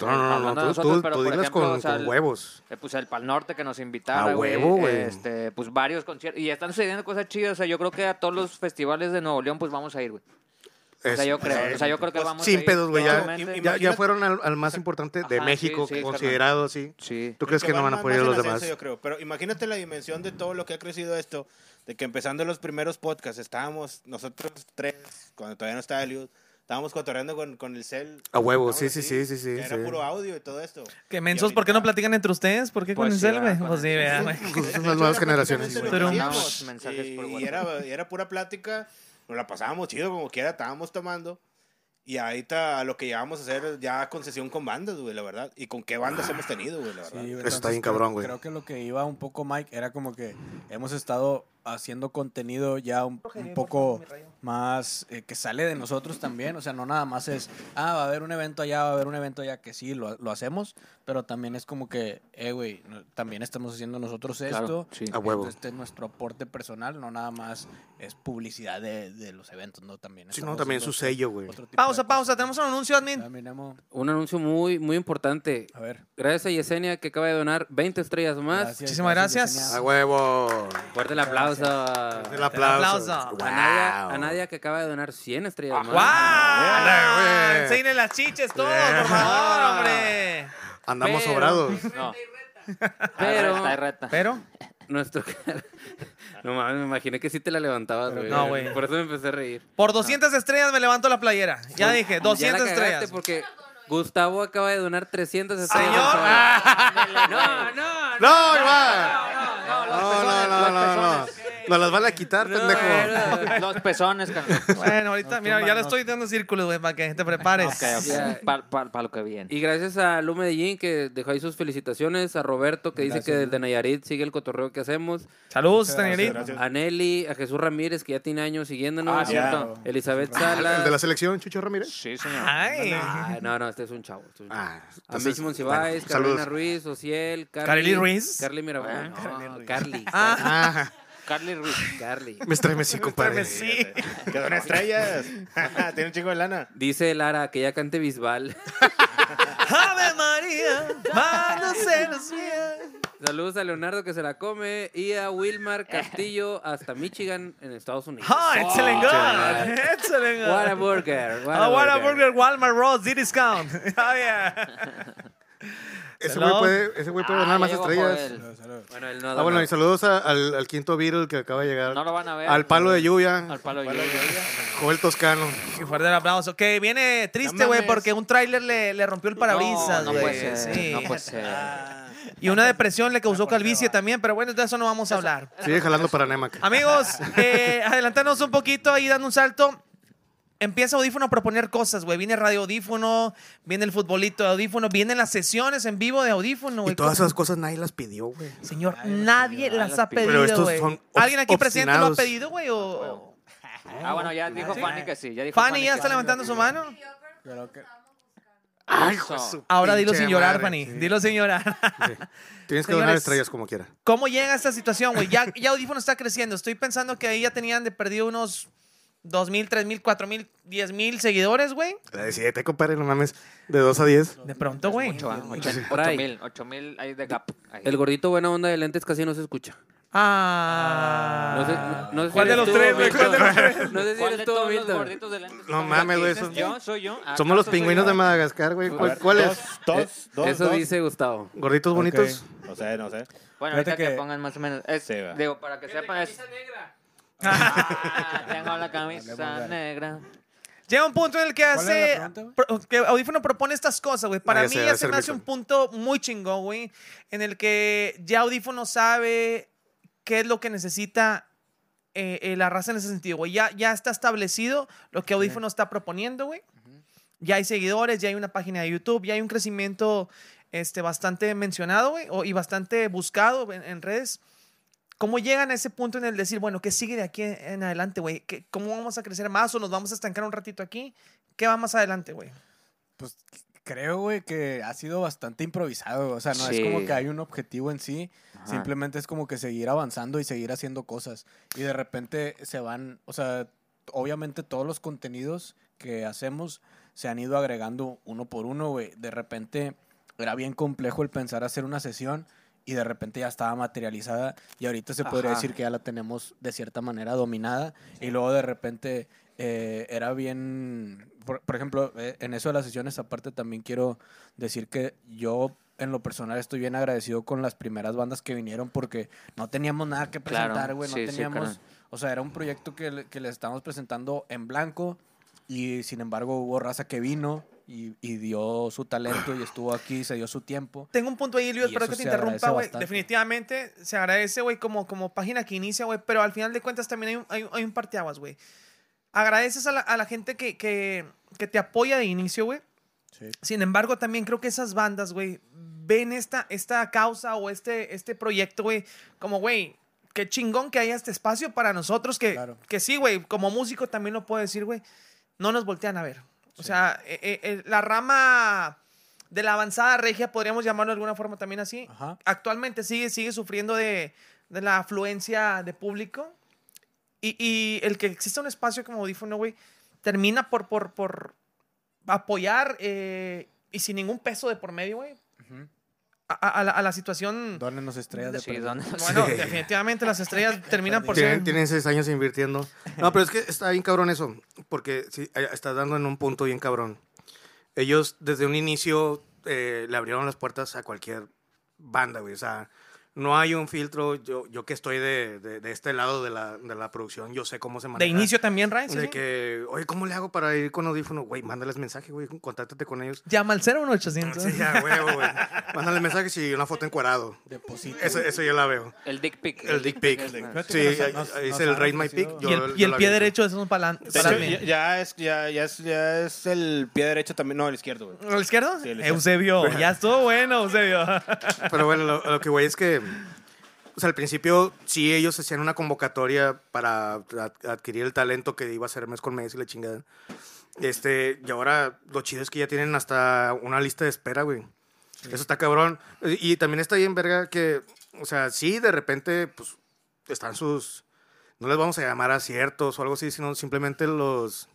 B: No, no, no, no,
C: Hablando de
B: tú,
C: nosotros,
B: tú-
C: pero,
B: tú
C: por
B: dilas
C: ejemplo,
B: con,
C: o sea,
B: con
C: el-
B: huevos.
C: Eh, pues el Pal Norte que nos invitara,
B: A
C: güey.
B: huevo, güey.
C: Este, pues varios conciertos. Y están sucediendo cosas chidas. O sea, yo creo que a todos los festivales de Nuevo León, pues vamos a ir, güey. O sea,
B: Es-
C: yo creo. O sea, yo creo que
D: Pues,
C: vamos a ir.
B: Sin pedos, güey. Ya,
C: totalmente.
B: ya, ya
D: Imagínate-
B: fueron al, al más importante de
C: Ajá,
B: México,
C: sí, sí,
B: considerado así.
C: Sí.
B: ¿Tú crees que no
D: va
B: van a
D: más-
B: poder ir los
D: más en ascenso,
B: demás?
D: Yo creo, pero imagínate la dimensión de todo lo que ha crecido esto, de que empezando los primeros podcasts estábamos nosotros tres, cuando todavía no estaba Eliud, estábamos cotorreando con, con el cel.
B: A huevo, sí,
D: estábamos
B: sí, sí,
D: así,
B: sí, sí.
D: que Era
B: sí.
D: puro audio y todo esto.
A: Que mensos, ¿por qué no platican entre ustedes? ¿Por qué
C: Pues
A: con el
C: sí,
A: cel, güey?
C: ¿verdad? Con
A: Pues sí,
C: el
A: vea,
C: cel.
A: güey.
B: Con esas nuevas generaciones, sí, güey.
A: Pero-
C: Mandábamos mensajes
D: mensajes
C: por
D: y,
C: WhatsApp.
D: y era, y era pura plática, nos la pasábamos chido como quiera, estábamos tomando. Y ahorita lo que llevamos a hacer ya concesión con bandas, güey, la verdad. Y con qué bandas hemos tenido, güey, la
F: Sí,
D: verdad.
F: güey,
B: Eso está
F: entonces
B: bien
F: creo-
B: cabrón, güey.
F: Creo que lo que iba un poco Mike era como que hemos estado haciendo contenido ya un, un poco más eh, que sale de nosotros también. O sea, no nada más es, ah, va a haber un evento allá, va a haber un evento allá, que sí, lo, lo hacemos, pero también es como que, eh, güey, no- también estamos haciendo nosotros esto.
C: Claro, sí.
B: A huevo.
F: Este es nuestro aporte personal, no nada más es publicidad de, de los eventos, no también.
B: Sí, no,
F: estamos
B: también su
F: haciendo
B: sello, güey.
F: otro tipo
A: Pausa,
F: de
A: pausa.
F: cosas.
A: Tenemos un anuncio, admin.
F: Terminemos.
E: Un anuncio muy, muy importante.
F: A ver.
E: Gracias a Yesenia que acaba de donar 20 estrellas más.
A: Muchísimas gracias. Ah,
F: Yesenia.
B: A huevo.
E: Fuerte el aplauso. a-
B: El aplauso.
A: aplauso.
E: A Nadia, a Nadia que acaba de donar 100 estrellas más.
A: ¡Wow!
B: Ándale, güey.
A: Enseñen las chiches todos, por favor,
E: Yeah.
A: hombre.
B: Andamos
E: Pero-
B: sobrados.
C: No.
E: Pero-
C: Pero. Hay reta.
A: Pero,
E: Nuestro No mames, me imaginé que sí te la levantabas, güey.
A: no, güey.
E: Por eso me empecé a reír.
A: por 200 estrellas me levanto la playera. Ya dije,
E: la
A: 200
E: cagaste
A: estrellas.
E: porque Gustavo acaba de donar 300 estrellas.
A: Señor.
B: Ah.
E: al sol. No, no, no.
B: No, Iván.
E: no, no,
B: No, no, no, no, no. Nos las van a quitar, pendejo.
C: Los pezones, carnal.
A: Bueno, ahorita,
F: Nos
A: mira,
F: tumban,
A: ya le
F: nos-
A: estoy dando círculos, güey, para que te prepares.
E: Ya.
C: Para lo que viene.
E: Y gracias a Lu Medellín que dejó ahí sus felicitaciones, a Roberto que dice que
F: Gracias,
E: desde Nayarit sigue el cotorreo que hacemos,
A: Saludos,
F: Muchas
A: Tenerit.
F: gracias.
E: a Nelly, a Jesús Ramírez que ya tiene años siguiéndonos,
C: Ah,
F: cierto.
E: Elizabeth
B: El de la
E: Salas.
B: selección, Chucho Ramírez.
C: Sí, señor.
A: Ay.
E: Ah, no, no, este es un chavo. este es un chavo.
B: Ah,
E: A
B: entonces,
E: Missimo Cibáez,
B: bueno, pues,
E: Carolina
B: saludos.
E: Ruiz, Ociel, Carly,
A: Carly Ruiz.
E: Carly Mirabal.
C: Ah,
E: no,
A: Carly Ruiz.
E: Carly.
A: Ah.
B: Ah,
C: Carly Ruiz.
E: Carly.
B: me estremecí, compadre.
A: Sí.
D: Quedó en estrellas. Tiene un chico de lana.
E: Dice Lara que ya cante Bisbal.
A: Ave María, mándase los días.
E: Saludos a Leonardo que se la come y a Wilmar Castillo hasta Michigan en Estados Unidos.
A: Ah, excellent
E: Ah,
A: God. Excellent God.
E: What a burger. What a
A: Ah, what a
E: burger.
A: burger, Walmart Ross, the discount. Ah, yeah.
B: Ese
A: Hello.
B: güey puede, ese güey puede
C: Ah,
B: ganar más
C: llegó
B: estrellas.
C: Joel.
F: Saludos.
E: Bueno, él no
B: Ah,
E: da
B: bueno,
E: nada.
B: y saludos a- al, al quinto Beatle que acaba de llegar.
C: No lo van a ver.
B: al palo de
C: Al
B: lluvia,
C: palo de lluvia.
B: Joel Toscano.
A: Y fuerte el aplauso. Que viene triste,
D: No
A: güey,
D: mames.
A: porque un tráiler le, le rompió el parabrisas,
C: No,
A: güey.
C: no puede ser.
A: Sí.
C: No puede ser.
B: Ah.
A: Y una depresión le causó calvicie también, pero bueno, de eso no vamos a hablar.
B: Sigue jalando para Nemac.
A: Amigos, eh, adelantarnos un poquito ahí dando un salto. Empieza Audífono a proponer cosas, güey. Viene Radio Audífono, viene el futbolito de Audífono, vienen las sesiones en vivo de Audífono, güey.
B: Y todas esas cosas nadie las pidió, güey.
A: Señor, nadie
E: pidió,
A: las
E: nadie
A: ha
E: las pidió.
B: Pero
A: pedido,
B: estos
A: güey.
B: son ob-
A: ¿Alguien aquí presente lo ha
B: obstinados.
A: pedido, güey? O...
C: Ah, bueno, ya dijo Fanny que sí. Ya dijo
A: Fanny ya
C: que
A: está
C: sí.
A: levantando su mano.
F: Creo que-
B: Ay,
C: Eso.
B: hijo de su
A: Ahora dilo
B: pinche
A: sin llorar,
B: madre.
A: Fanny. Dilo sin llorar.
B: Tienes que donar
A: Señores.
B: estrellas como quiera.
A: ¿Cómo llega esta situación, güey? Ya, ya Audífono está creciendo. Estoy pensando que ahí ya tenían de perdido unos 2.000, 3.000, 4.000, 10.000 seguidores, güey.
B: La de Eh, siete, compadre, no mames. De 2 a 10.
A: De pronto, güey.
C: Ocho, ah, ocho-
E: Por ahí.
C: ocho mil, ocho mil ahí de gap. Ahí.
E: El gordito buena onda de lentes casi no se escucha.
A: Ah.
E: No sé- no- no sé si
A: ¿Cuál de
E: eres
A: los
E: tú,
A: tres, güey?
E: Milton.
A: ¿Cuál de los tres?
E: No sé si
C: ¿Cuál
E: eres
C: de
E: tú,
C: todos los
E: Milton.
C: gorditos de lentes que
B: No
C: estamos
B: mames,
C: aquí?
B: güey,
C: ¿Ese es
B: eso-
C: Yo, soy yo. Ah,
B: Somos los
C: ¿acaso soy
B: pingüinos
C: yo?
B: de Madagascar, güey. ¿Cuál,
D: Dos,
B: Pues, cuál es?
A: Eh,
B: Eh,
D: Dos, dos,
E: Eso
D: dos.
E: dice Gustavo.
B: Gorditos
F: Ok.
B: bonitos.
D: No sé, no sé.
C: Bueno,
F: Fíjate
C: ahorita que...
F: que-
C: pongan más o menos. Es-
D: Sí, va.
C: digo, para que sepan es. Ah, tengo la camisa
F: Hablemos de-
C: negra.
A: Llega un punto en el que
F: ¿Cuál era la
A: hace.
F: pregunta, güey?
A: pro- que Audífono propone estas cosas, güey. Para
B: ya
A: mí
B: sé, va
A: ya
B: a
A: se
B: ser
A: me hace un
B: Milton.
A: punto muy chingón, güey. En el que ya Audífono sabe qué es lo que necesita eh, eh, la raza en ese sentido, güey. Ya, ya está establecido lo que Audífono está proponiendo, güey. Ya hay seguidores, ya hay una página de YouTube, ya hay un crecimiento este, bastante mencionado, güey, o- y bastante buscado en, en redes. ¿Cómo llegan a ese punto en el decir, bueno, qué sigue de aquí en, en adelante, güey? ¿Qué- ¿Cómo vamos a crecer más o nos vamos a estancar un ratito aquí? ¿Qué va más adelante, güey?
F: Pues creo, güey, que ha sido bastante improvisado. O sea, no es
C: Sí.
F: como que hay un objetivo en sí.
C: Ajá.
F: Simplemente es como que seguir avanzando y seguir haciendo cosas. Y de repente se van, o sea, obviamente todos los contenidos que hacemos se han ido agregando uno por uno, güey. De repente era bien complejo el pensar hacer una sesión y de repente ya estaba materializada y ahorita se podría
C: Ajá.
F: decir que ya la tenemos de cierta manera dominada y luego de repente eh, era bien, por, por ejemplo, eh, en eso de las sesiones aparte también quiero decir que yo en lo personal estoy bien agradecido con las primeras bandas que vinieron porque no teníamos nada que
C: Claro,
F: presentar, güey,
C: sí,
F: no
C: sí,
F: teníamos,
C: carnal.
F: o sea, era un proyecto que, le- que les estábamos presentando en blanco y sin embargo hubo raza que vino y, y dio su talento y estuvo aquí, se dio su tiempo.
A: Tengo un punto ahí, Leo,
F: Y
A: espero
F: eso
A: que te
F: se agradece
A: interrumpa, güey.
F: bastante.
A: Definitivamente se agradece, güey, como, como página que inicia, güey, pero al final de cuentas también hay un, hay, un- hay un parteaguas, güey. Agradeces a la, a la gente que, que, que te apoya de inicio, güey.
F: Sí.
A: Sin embargo, también creo que esas bandas, güey, ven esta, esta causa o este, este proyecto, güey, como, güey, qué chingón que haya este espacio para nosotros, que,
F: Claro.
A: que sí, güey, como músico también lo puedo decir, güey, no nos voltean a ver. O sea, eh, eh, eh, la rama de la avanzada regia, podríamos llamarlo de alguna forma también así,
F: Ajá.
A: actualmente sigue, sigue sufriendo de, de la afluencia de público. Y, y el que exista un espacio como audífono, güey, termina por, por, por apoyar eh, y sin ningún peso de por medio, güey,
F: Ujú.
A: a, a- a la, a la situación.
F: Dónenos estrellas de
C: Sí,
F: perdido.
C: ¿dónde?
A: Bueno, definitivamente las estrellas terminan por ser.
B: Tienen, tienen seis años invirtiendo. No, pero es que está bien cabrón eso, porque sí, eh, estás dando en un punto bien cabrón. Ellos desde un inicio eh, le abrieron las puertas a cualquier banda, güey. O sea, No hay un filtro. Yo, yo que estoy de, de- de este lado de la, de la producción, yo sé cómo se maneja.
A: De inicio también, Ryan. ¿sí?
B: De que, oye, ¿cómo le hago para ir con audífono? Güey, mándales mensaje, güey, contáctate con ellos.
A: Llama al 01800.
B: Sí, ya, huevo, güey. Mándale mensajes y una foto encuadrado. Eso, eso yo la veo.
C: El dick pic.
B: El dick pic.
F: pic.
B: Sí,
F: Fíjate que
B: ahí
F: nos- nos-
B: ahí
F: nos
B: dice el
F: han
B: raid my pic.
F: ofrecido-
A: y el, y el pie derecho es un palan.
D: De hecho, ya, ya es, ya, ya es, ya es el pie derecho también. No, el izquierdo, güey.
A: ¿El izquierdo?
D: Sí, el izquierdo.
A: Eh, Eusebio. Ya estuvo bueno, Eusebio.
B: Pero bueno, lo, lo que voy es que, o sea, al principio sí ellos hacían una convocatoria para ad- adquirir el talento que iba a ser mes con mes y la chingada. Este, y ahora lo chido es que ya tienen hasta una lista de espera, güey. Eso está cabrón. Y, y también está bien, verga, que, o sea, sí, de repente, pues, están sus, no les vamos a llamar aciertos o algo así, sino simplemente los,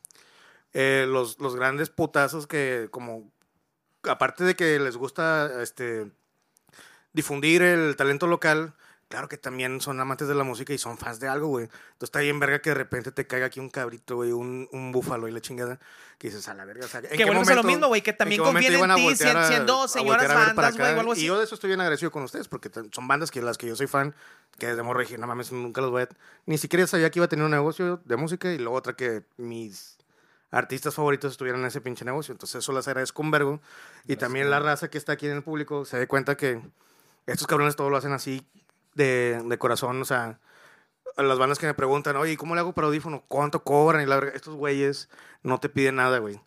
B: eh, los, los grandes putazos que, como, aparte de que les gusta, este, difundir el talento local, claro que también son amantes de la música y son fans de algo, güey. Entonces está bien verga que de repente te caiga aquí un cabrito, güey, un, un búfalo y la chingada, que dices, a la verga, o sea, ¿en
A: Que
B: qué
A: volvemos a lo
B: momento-
A: mismo, güey, que
B: en
A: también
B: qué momento
A: confían en
B: iban a
A: ti,
B: voltear
A: sien-
B: a-
A: siendo
B: a
A: señoras
B: voltear a ver para
A: bandas, güey,
B: acá?
A: o algo así.
B: Y yo de eso estoy bien agradecido con ustedes, porque t- son bandas que las que yo soy fan, que desde morro dije, no mames, nunca los voy a... Ni siquiera sabía que iba a tener un negocio de música y luego otra que mis artistas favoritos estuvieran en ese pinche negocio. Entonces eso las agradezco un vergo. Y también la raza que está aquí en el público se dé cuenta que estos cabrones todo lo hacen así de, de corazón. O sea, a las bandas que me preguntan, oye, ¿cómo le hago para audífono? ¿Cuánto cobran? Y la verga, estos güeyes no te piden nada, güey.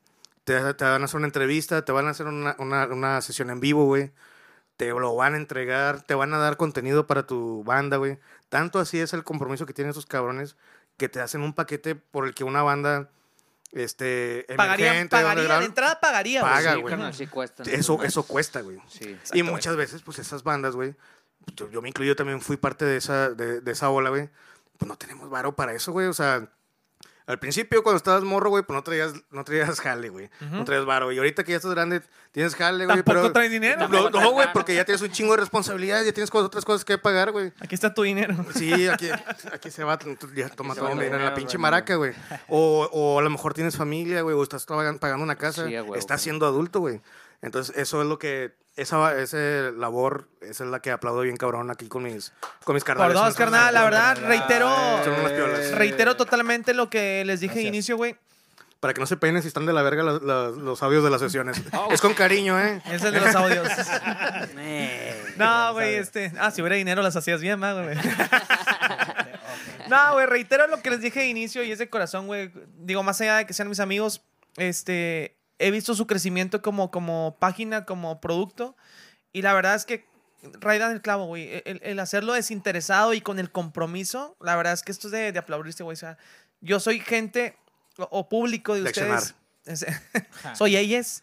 B: Te, te van a hacer una entrevista, te van a hacer una, una- una sesión en vivo, güey. Te lo van a entregar, te van a dar contenido para tu banda, güey. Tanto así es el compromiso que tienen estos cabrones que te hacen un paquete por el que una banda este,
A: Pagaría,
B: emergente,
A: pagaría, de
B: underground,
A: entrada pagaría, güey.
B: Paga,
C: Sí,
B: güey.
C: carnal, sí cuesta.
B: eso, eso cuesta, güey.
C: Sí.
B: Y muchas veces, pues esas bandas, güey, yo, yo me incluyo también fui parte de esa, de, de esa ola, güey, pues no tenemos varo para eso, güey, o sea, al principio cuando estabas morro, güey, pues no traías, no traías jale, güey, no traías varo, y ahorita que ya estás grande, tienes jale, güey,
A: Tampoco
B: pero...
A: traes dinero.
B: No,
C: Tampoco traes
B: No, güey,
C: varo.
B: porque ya tienes un chingo de responsabilidades, ya tienes cosas- otras cosas que pagar, güey.
A: Aquí está tu dinero.
B: Sí, aquí, aquí se va, ya toma
C: se
B: todo,
C: va todo
B: mira,
C: dinero,
B: la pinche
C: güey.
B: maraca, güey. O, o a lo mejor tienes familia, güey, o estás trabagan- pagando una casa,
C: Sí, a huevo,
B: estás
C: güey.
B: siendo adulto, güey. Entonces, eso es lo que, esa va- ese labor, esa es la que aplaudo bien cabrón aquí con mis, con mis
A: Por
B: carnales.
A: dos,
B: Son-
A: carnal, la verdad,
F: carnal. eh,
B: Son
A: reitero,
B: unas piolas.
A: reitero totalmente lo que les dije de
F: Gracias.
A: inicio, güey.
B: Para que no se peinen si están de la verga los, los- los audios de las sesiones.
C: Oh.
B: Es con cariño, ¿eh?
A: Es el de los audios.
E: Eh,
A: No, güey, este. Ah, si hubiera dinero las hacías bien, más, güey. No, güey, reitero lo que les dije de inicio y es de corazón, güey. Digo, más allá de que sean mis amigos, este. He visto su crecimiento como, como página, como producto. Y la verdad es que raidan el clavo, güey. E-, El, el hacerlo desinteresado y con el compromiso, la verdad es que esto es de, de aplaudirse, güey. O sea, yo soy gente o, o público de,
B: De
A: ustedes. soy ellas.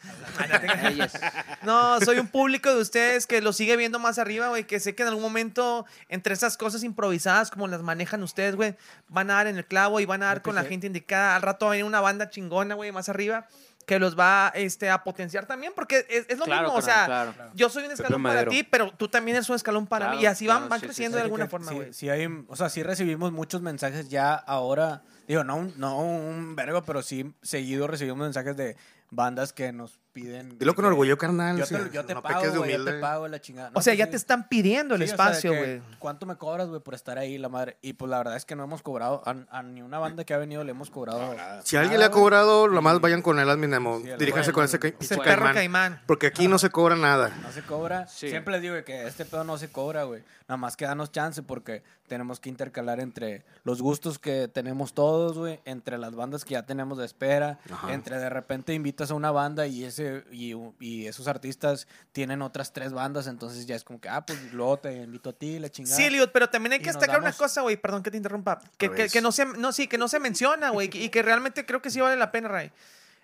C: Ellas.
A: No, soy un público de ustedes que lo sigue viendo más arriba, güey, que sé que en algún momento, entre esas cosas improvisadas como las manejan ustedes, güey, van a dar en el clavo y van a dar con la gente indicada. Al rato va a venir una banda chingona, güey, más arriba, que los va este, a potenciar también, porque es, es lo
C: Claro,
A: mismo, o
C: carnal,
A: sea,
C: claro.
A: yo soy un escalón para
E: Madero.
A: ti, pero tú también eres un escalón para
C: Claro,
A: mí, y así van,
C: claro,
A: van
C: sí, sí,
A: creciendo
C: sí.
A: de
F: Fíjate
A: alguna
F: que
A: forma,
F: sí-
A: güey.
F: sí hay, o sea, sí recibimos muchos mensajes ya ahora. Digo, no un, no un vergo, pero sí seguido recibimos mensajes de bandas que nos piden.
B: Dilo con
F: que-
B: orgullo, carnal.
F: Yo
B: sí,
F: te, yo te
B: no peques
F: pago,
B: de
F: güey, yo
B: humilde.
F: te pago la chingada. No,
A: O sea,
F: pues
A: ya
F: sí.
A: te están pidiendo el
F: Sí, o sea, de
A: espacio,
F: que,
A: güey.
F: ¿Cuánto me cobras, güey, por estar ahí, la madre? Y pues la verdad es que no hemos cobrado. A, a ni una banda que ha venido le hemos cobrado.
D: nada.
B: Si alguien
F: nada,
B: le ha
F: güey.
B: cobrado, lo más vayan con el admin,
F: Ah. Sí, el-
B: Diríjanse con ese ca- pinche
A: Ese
C: Bueno.
A: perro
B: caimán.
A: caimán.
B: Porque aquí no se cobra nada.
F: No se cobra.
C: Sí.
F: Siempre les digo güey, que este pedo no se cobra, güey. Nada más que danos chance porque tenemos que intercalar entre los gustos que tenemos todos, güey, entre las bandas que ya tenemos de espera,
B: Ajá.
F: entre de repente invitas a una banda y ese y, y esos artistas tienen otras tres bandas, entonces ya es como que, ah, pues luego te invito a ti, la chingada.
A: Sí, Eliud, pero también hay
F: Y
A: que
F: nos
A: destacar una
F: damos-
A: cosa, güey, perdón que te interrumpa, que,
B: Al
A: que,
B: revés.
A: que no se, no, sí, que no se menciona, güey, y que realmente creo que sí vale la pena, Ray.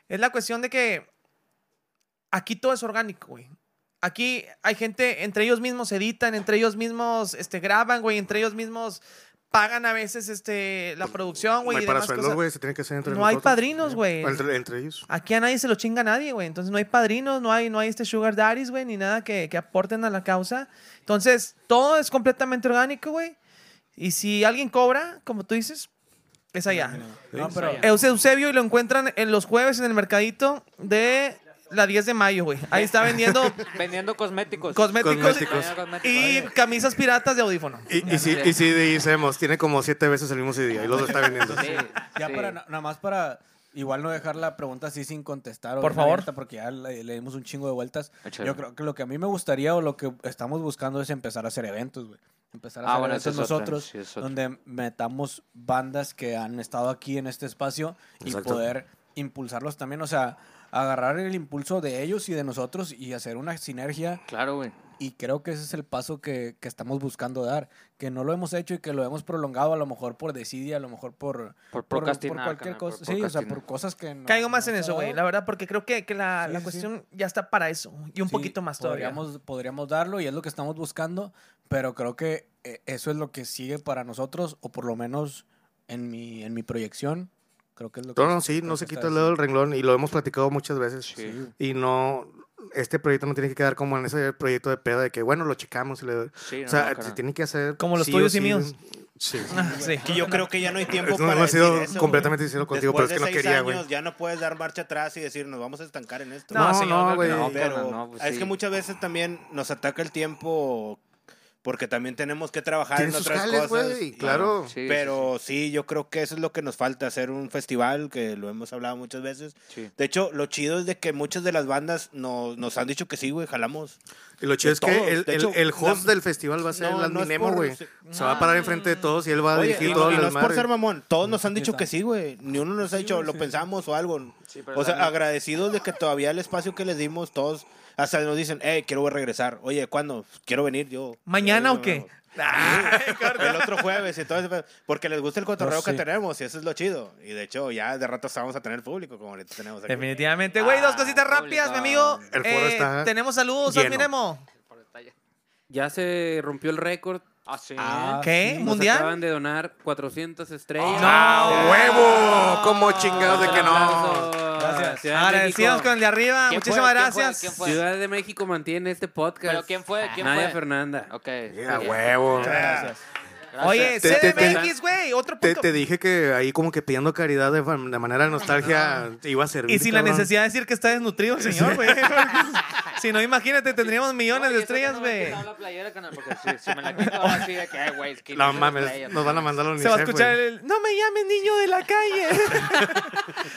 A: Es la cuestión de que aquí todo es orgánico, güey. Aquí hay gente, entre ellos mismos editan, entre ellos mismos este, graban, güey, entre ellos mismos pagan a veces este, la producción,
B: No
A: güey.
B: hay
A: y
B: para
A: demás
B: sueldos,
A: cosas.
B: güey, se tiene que hacer entre
A: No hay
B: nosotros.
A: padrinos, güey.
B: Entre, entre ellos.
A: Aquí a nadie se lo chinga nadie, güey. Entonces no hay padrinos, no hay, no hay este sugar daddies, güey, ni nada que, que aporten a la causa. Entonces, todo es completamente orgánico, güey. Y si alguien cobra, como tú dices, es allá.
F: No, pero
A: Euse Eusebio y lo encuentran en los jueves en el mercadito de la 10 de mayo, güey. Ahí está vendiendo
C: Vendiendo cosméticos.
A: cosméticos,
B: Cosméticos.
A: y camisas piratas de audífono.
B: Y, y sí, y sí, decimos, tiene como siete veces el mismo CD y los está vendiendo.
C: Sí,
F: Ya
C: sí.
F: para, na- nada más para igual no dejar la pregunta así sin contestar. o
A: Por
F: bien
A: favor.
F: abierta, porque ya le, le dimos un chingo de vueltas.
C: Échale.
F: Yo creo que lo que a mí me gustaría o lo que estamos buscando es empezar a hacer eventos, güey. Empezar a
C: Ah,
F: hacer
C: bueno, esa
F: eventos
C: es otra,
F: nosotros,
C: sí, es otra.
F: donde metamos bandas que han estado aquí en este espacio
B: Exacto.
F: y poder impulsarlos también. O sea, agarrar el impulso de ellos y de nosotros y hacer una sinergia
C: Claro, güey.
F: y creo que ese es el paso que, que estamos buscando dar, que no lo hemos hecho y que lo hemos prolongado a lo mejor por desidia, a lo mejor por,
C: Por
F: por
C: procrastinar,
F: cualquier
C: carnal,
F: cosa.
C: por
F: sí, o sea,
C: procrastinar.
F: por cosas que no.
A: Caigo más
F: no
A: en
F: se
A: eso,
F: ha
A: güey,
F: dado.
A: la verdad, porque creo que, que la,
F: Sí,
A: la
F: sí, sí.
A: cuestión ya está para eso. Y un
F: Sí,
A: poquito más todavía.
F: Podríamos, podríamos darlo y es lo que estamos buscando, pero creo que eh, eso es lo que sigue para nosotros, o por lo menos en mi, en mi proyección. Creo que es lo que.
B: No, no, sí,
F: creo
B: no
F: que
B: se
F: está
B: quita el
F: así.
B: dedo del renglón y lo hemos platicado muchas veces.
C: Sí.
B: Y no, este proyecto no tiene que quedar como en ese proyecto de pedo de que, bueno, lo checamos y le
C: Sí,
B: O
C: no,
B: sea,
C: no,
B: se
C: carnal.
B: tiene que hacer.
A: Como los
B: sí o
A: tuyos y
B: sí,
A: míos.
B: güey. Sí.
A: Ah, sí.
D: Que yo creo que ya no hay tiempo
B: Es- no,
D: para.
B: no ha sido
D: decir eso, güey.
B: completamente sincero contigo,
D: Después
B: pero es que
D: de
B: no
D: seis
B: quería, güey.
D: años, Ya no puedes dar marcha atrás y decir, nos vamos a estancar en esto.
A: No,
B: No,
A: señor,
B: no,
A: creo que
B: güey.
A: no.
C: No,
D: pero
C: carnal, no, pues
D: es
C: sí.
D: que muchas veces también nos ataca el tiempo porque también tenemos que trabajar en
B: Tiene sus
D: otras
B: jales,
D: cosas.
B: güey.
D: y-
B: Claro.
C: Sí, sí,
D: pero sí, yo creo que eso es lo que nos falta, hacer un festival, que lo hemos hablado muchas veces.
C: sí.
D: De hecho, lo chido es de que muchas de las bandas no- nos han dicho que sí, güey, jalamos.
B: Y lo chido
D: De
B: es que
D: todos.
B: el,
D: De
B: el-
D: hecho,
B: el host
D: la-
B: del festival va a ser
D: No,
B: el
D: no es
B: Adminemo,
D: por-
B: güey. Se va a parar enfrente de todos y él va a
D: Oye,
B: dirigir
D: y
B: todo
D: no, y
B: el
D: no es por
B: desmadre.
D: ser mamón, todos nos han dicho
F: está.
D: que sí, güey. Ni uno nos ha dicho, lo pensamos o algo.
C: Sí, pero
D: o sea,
C: la-
D: agradecidos de que todavía el espacio que les dimos, todos hasta nos dicen, eh, quiero regresar. Oye, ¿cuándo? Quiero venir yo.
A: ¿Mañana
D: Yo,
A: o qué?
D: el otro jueves y todo ese pedo. Porque les gusta el cotorreo
F: No, sí.
D: que tenemos y eso es lo chido. Y de hecho, ya de rato hasta vamos a tener público como ahorita tenemos aquí.
A: Definitivamente, güey. Dos
C: Ah,
A: cositas rápidas, mi amigo.
B: El foro
A: Eh,
B: está
A: Tenemos saludos,
B: lleno.
A: Admiremo.
C: Por detalle.
E: Ya se rompió el récord.
C: Ah, sí.
F: Ah,
A: ¿Qué?
F: sí.
E: Nos
A: ¿Mundial?
E: acaban de donar 400 estrellas.
B: ¡Ah,
A: No.
B: huevo! ¿Cómo chingados de que no?
E: Aplausos.
F: Gracias.
E: Ciudad de
A: Agradecidos
E: México.
A: con el de arriba.
C: ¿Quién fue?
A: Muchísimas
C: ¿Quién fue?
A: gracias.
C: ¿Quién fue?
E: Ciudad de México mantiene este podcast.
C: ¿Pero quién fue? ¿Quién
E: Nadia
C: fue?
E: Fernanda.
C: Ok.
B: ¡A
C: bien.
B: huevo!
D: Gracias.
C: Gracias.
A: Oye,
B: Te- te- te-
A: CDMX, güey. Otro
B: Te,
A: punto.
B: te dije que ahí como que pidiendo caridad de, fam- de manera de nostalgia iba a servir.
A: Y sin la
B: cabrón.
A: necesidad de decir que está desnutrido el señor, güey. si no, imagínate, tendríamos millones
C: No,
A: de
C: y eso que
A: estrellas,
C: no me he
A: güey.
C: quitado la playera, carnal, porque si, si me la quito ahora sí de que, eh, güey, es que
B: No
C: hice
B: mames,
C: player,
B: nos van a
C: carnal.
B: mandar a la
A: Se va a
B: UNICEF,
A: escuchar
B: güey.
A: el no me llames niño de la calle.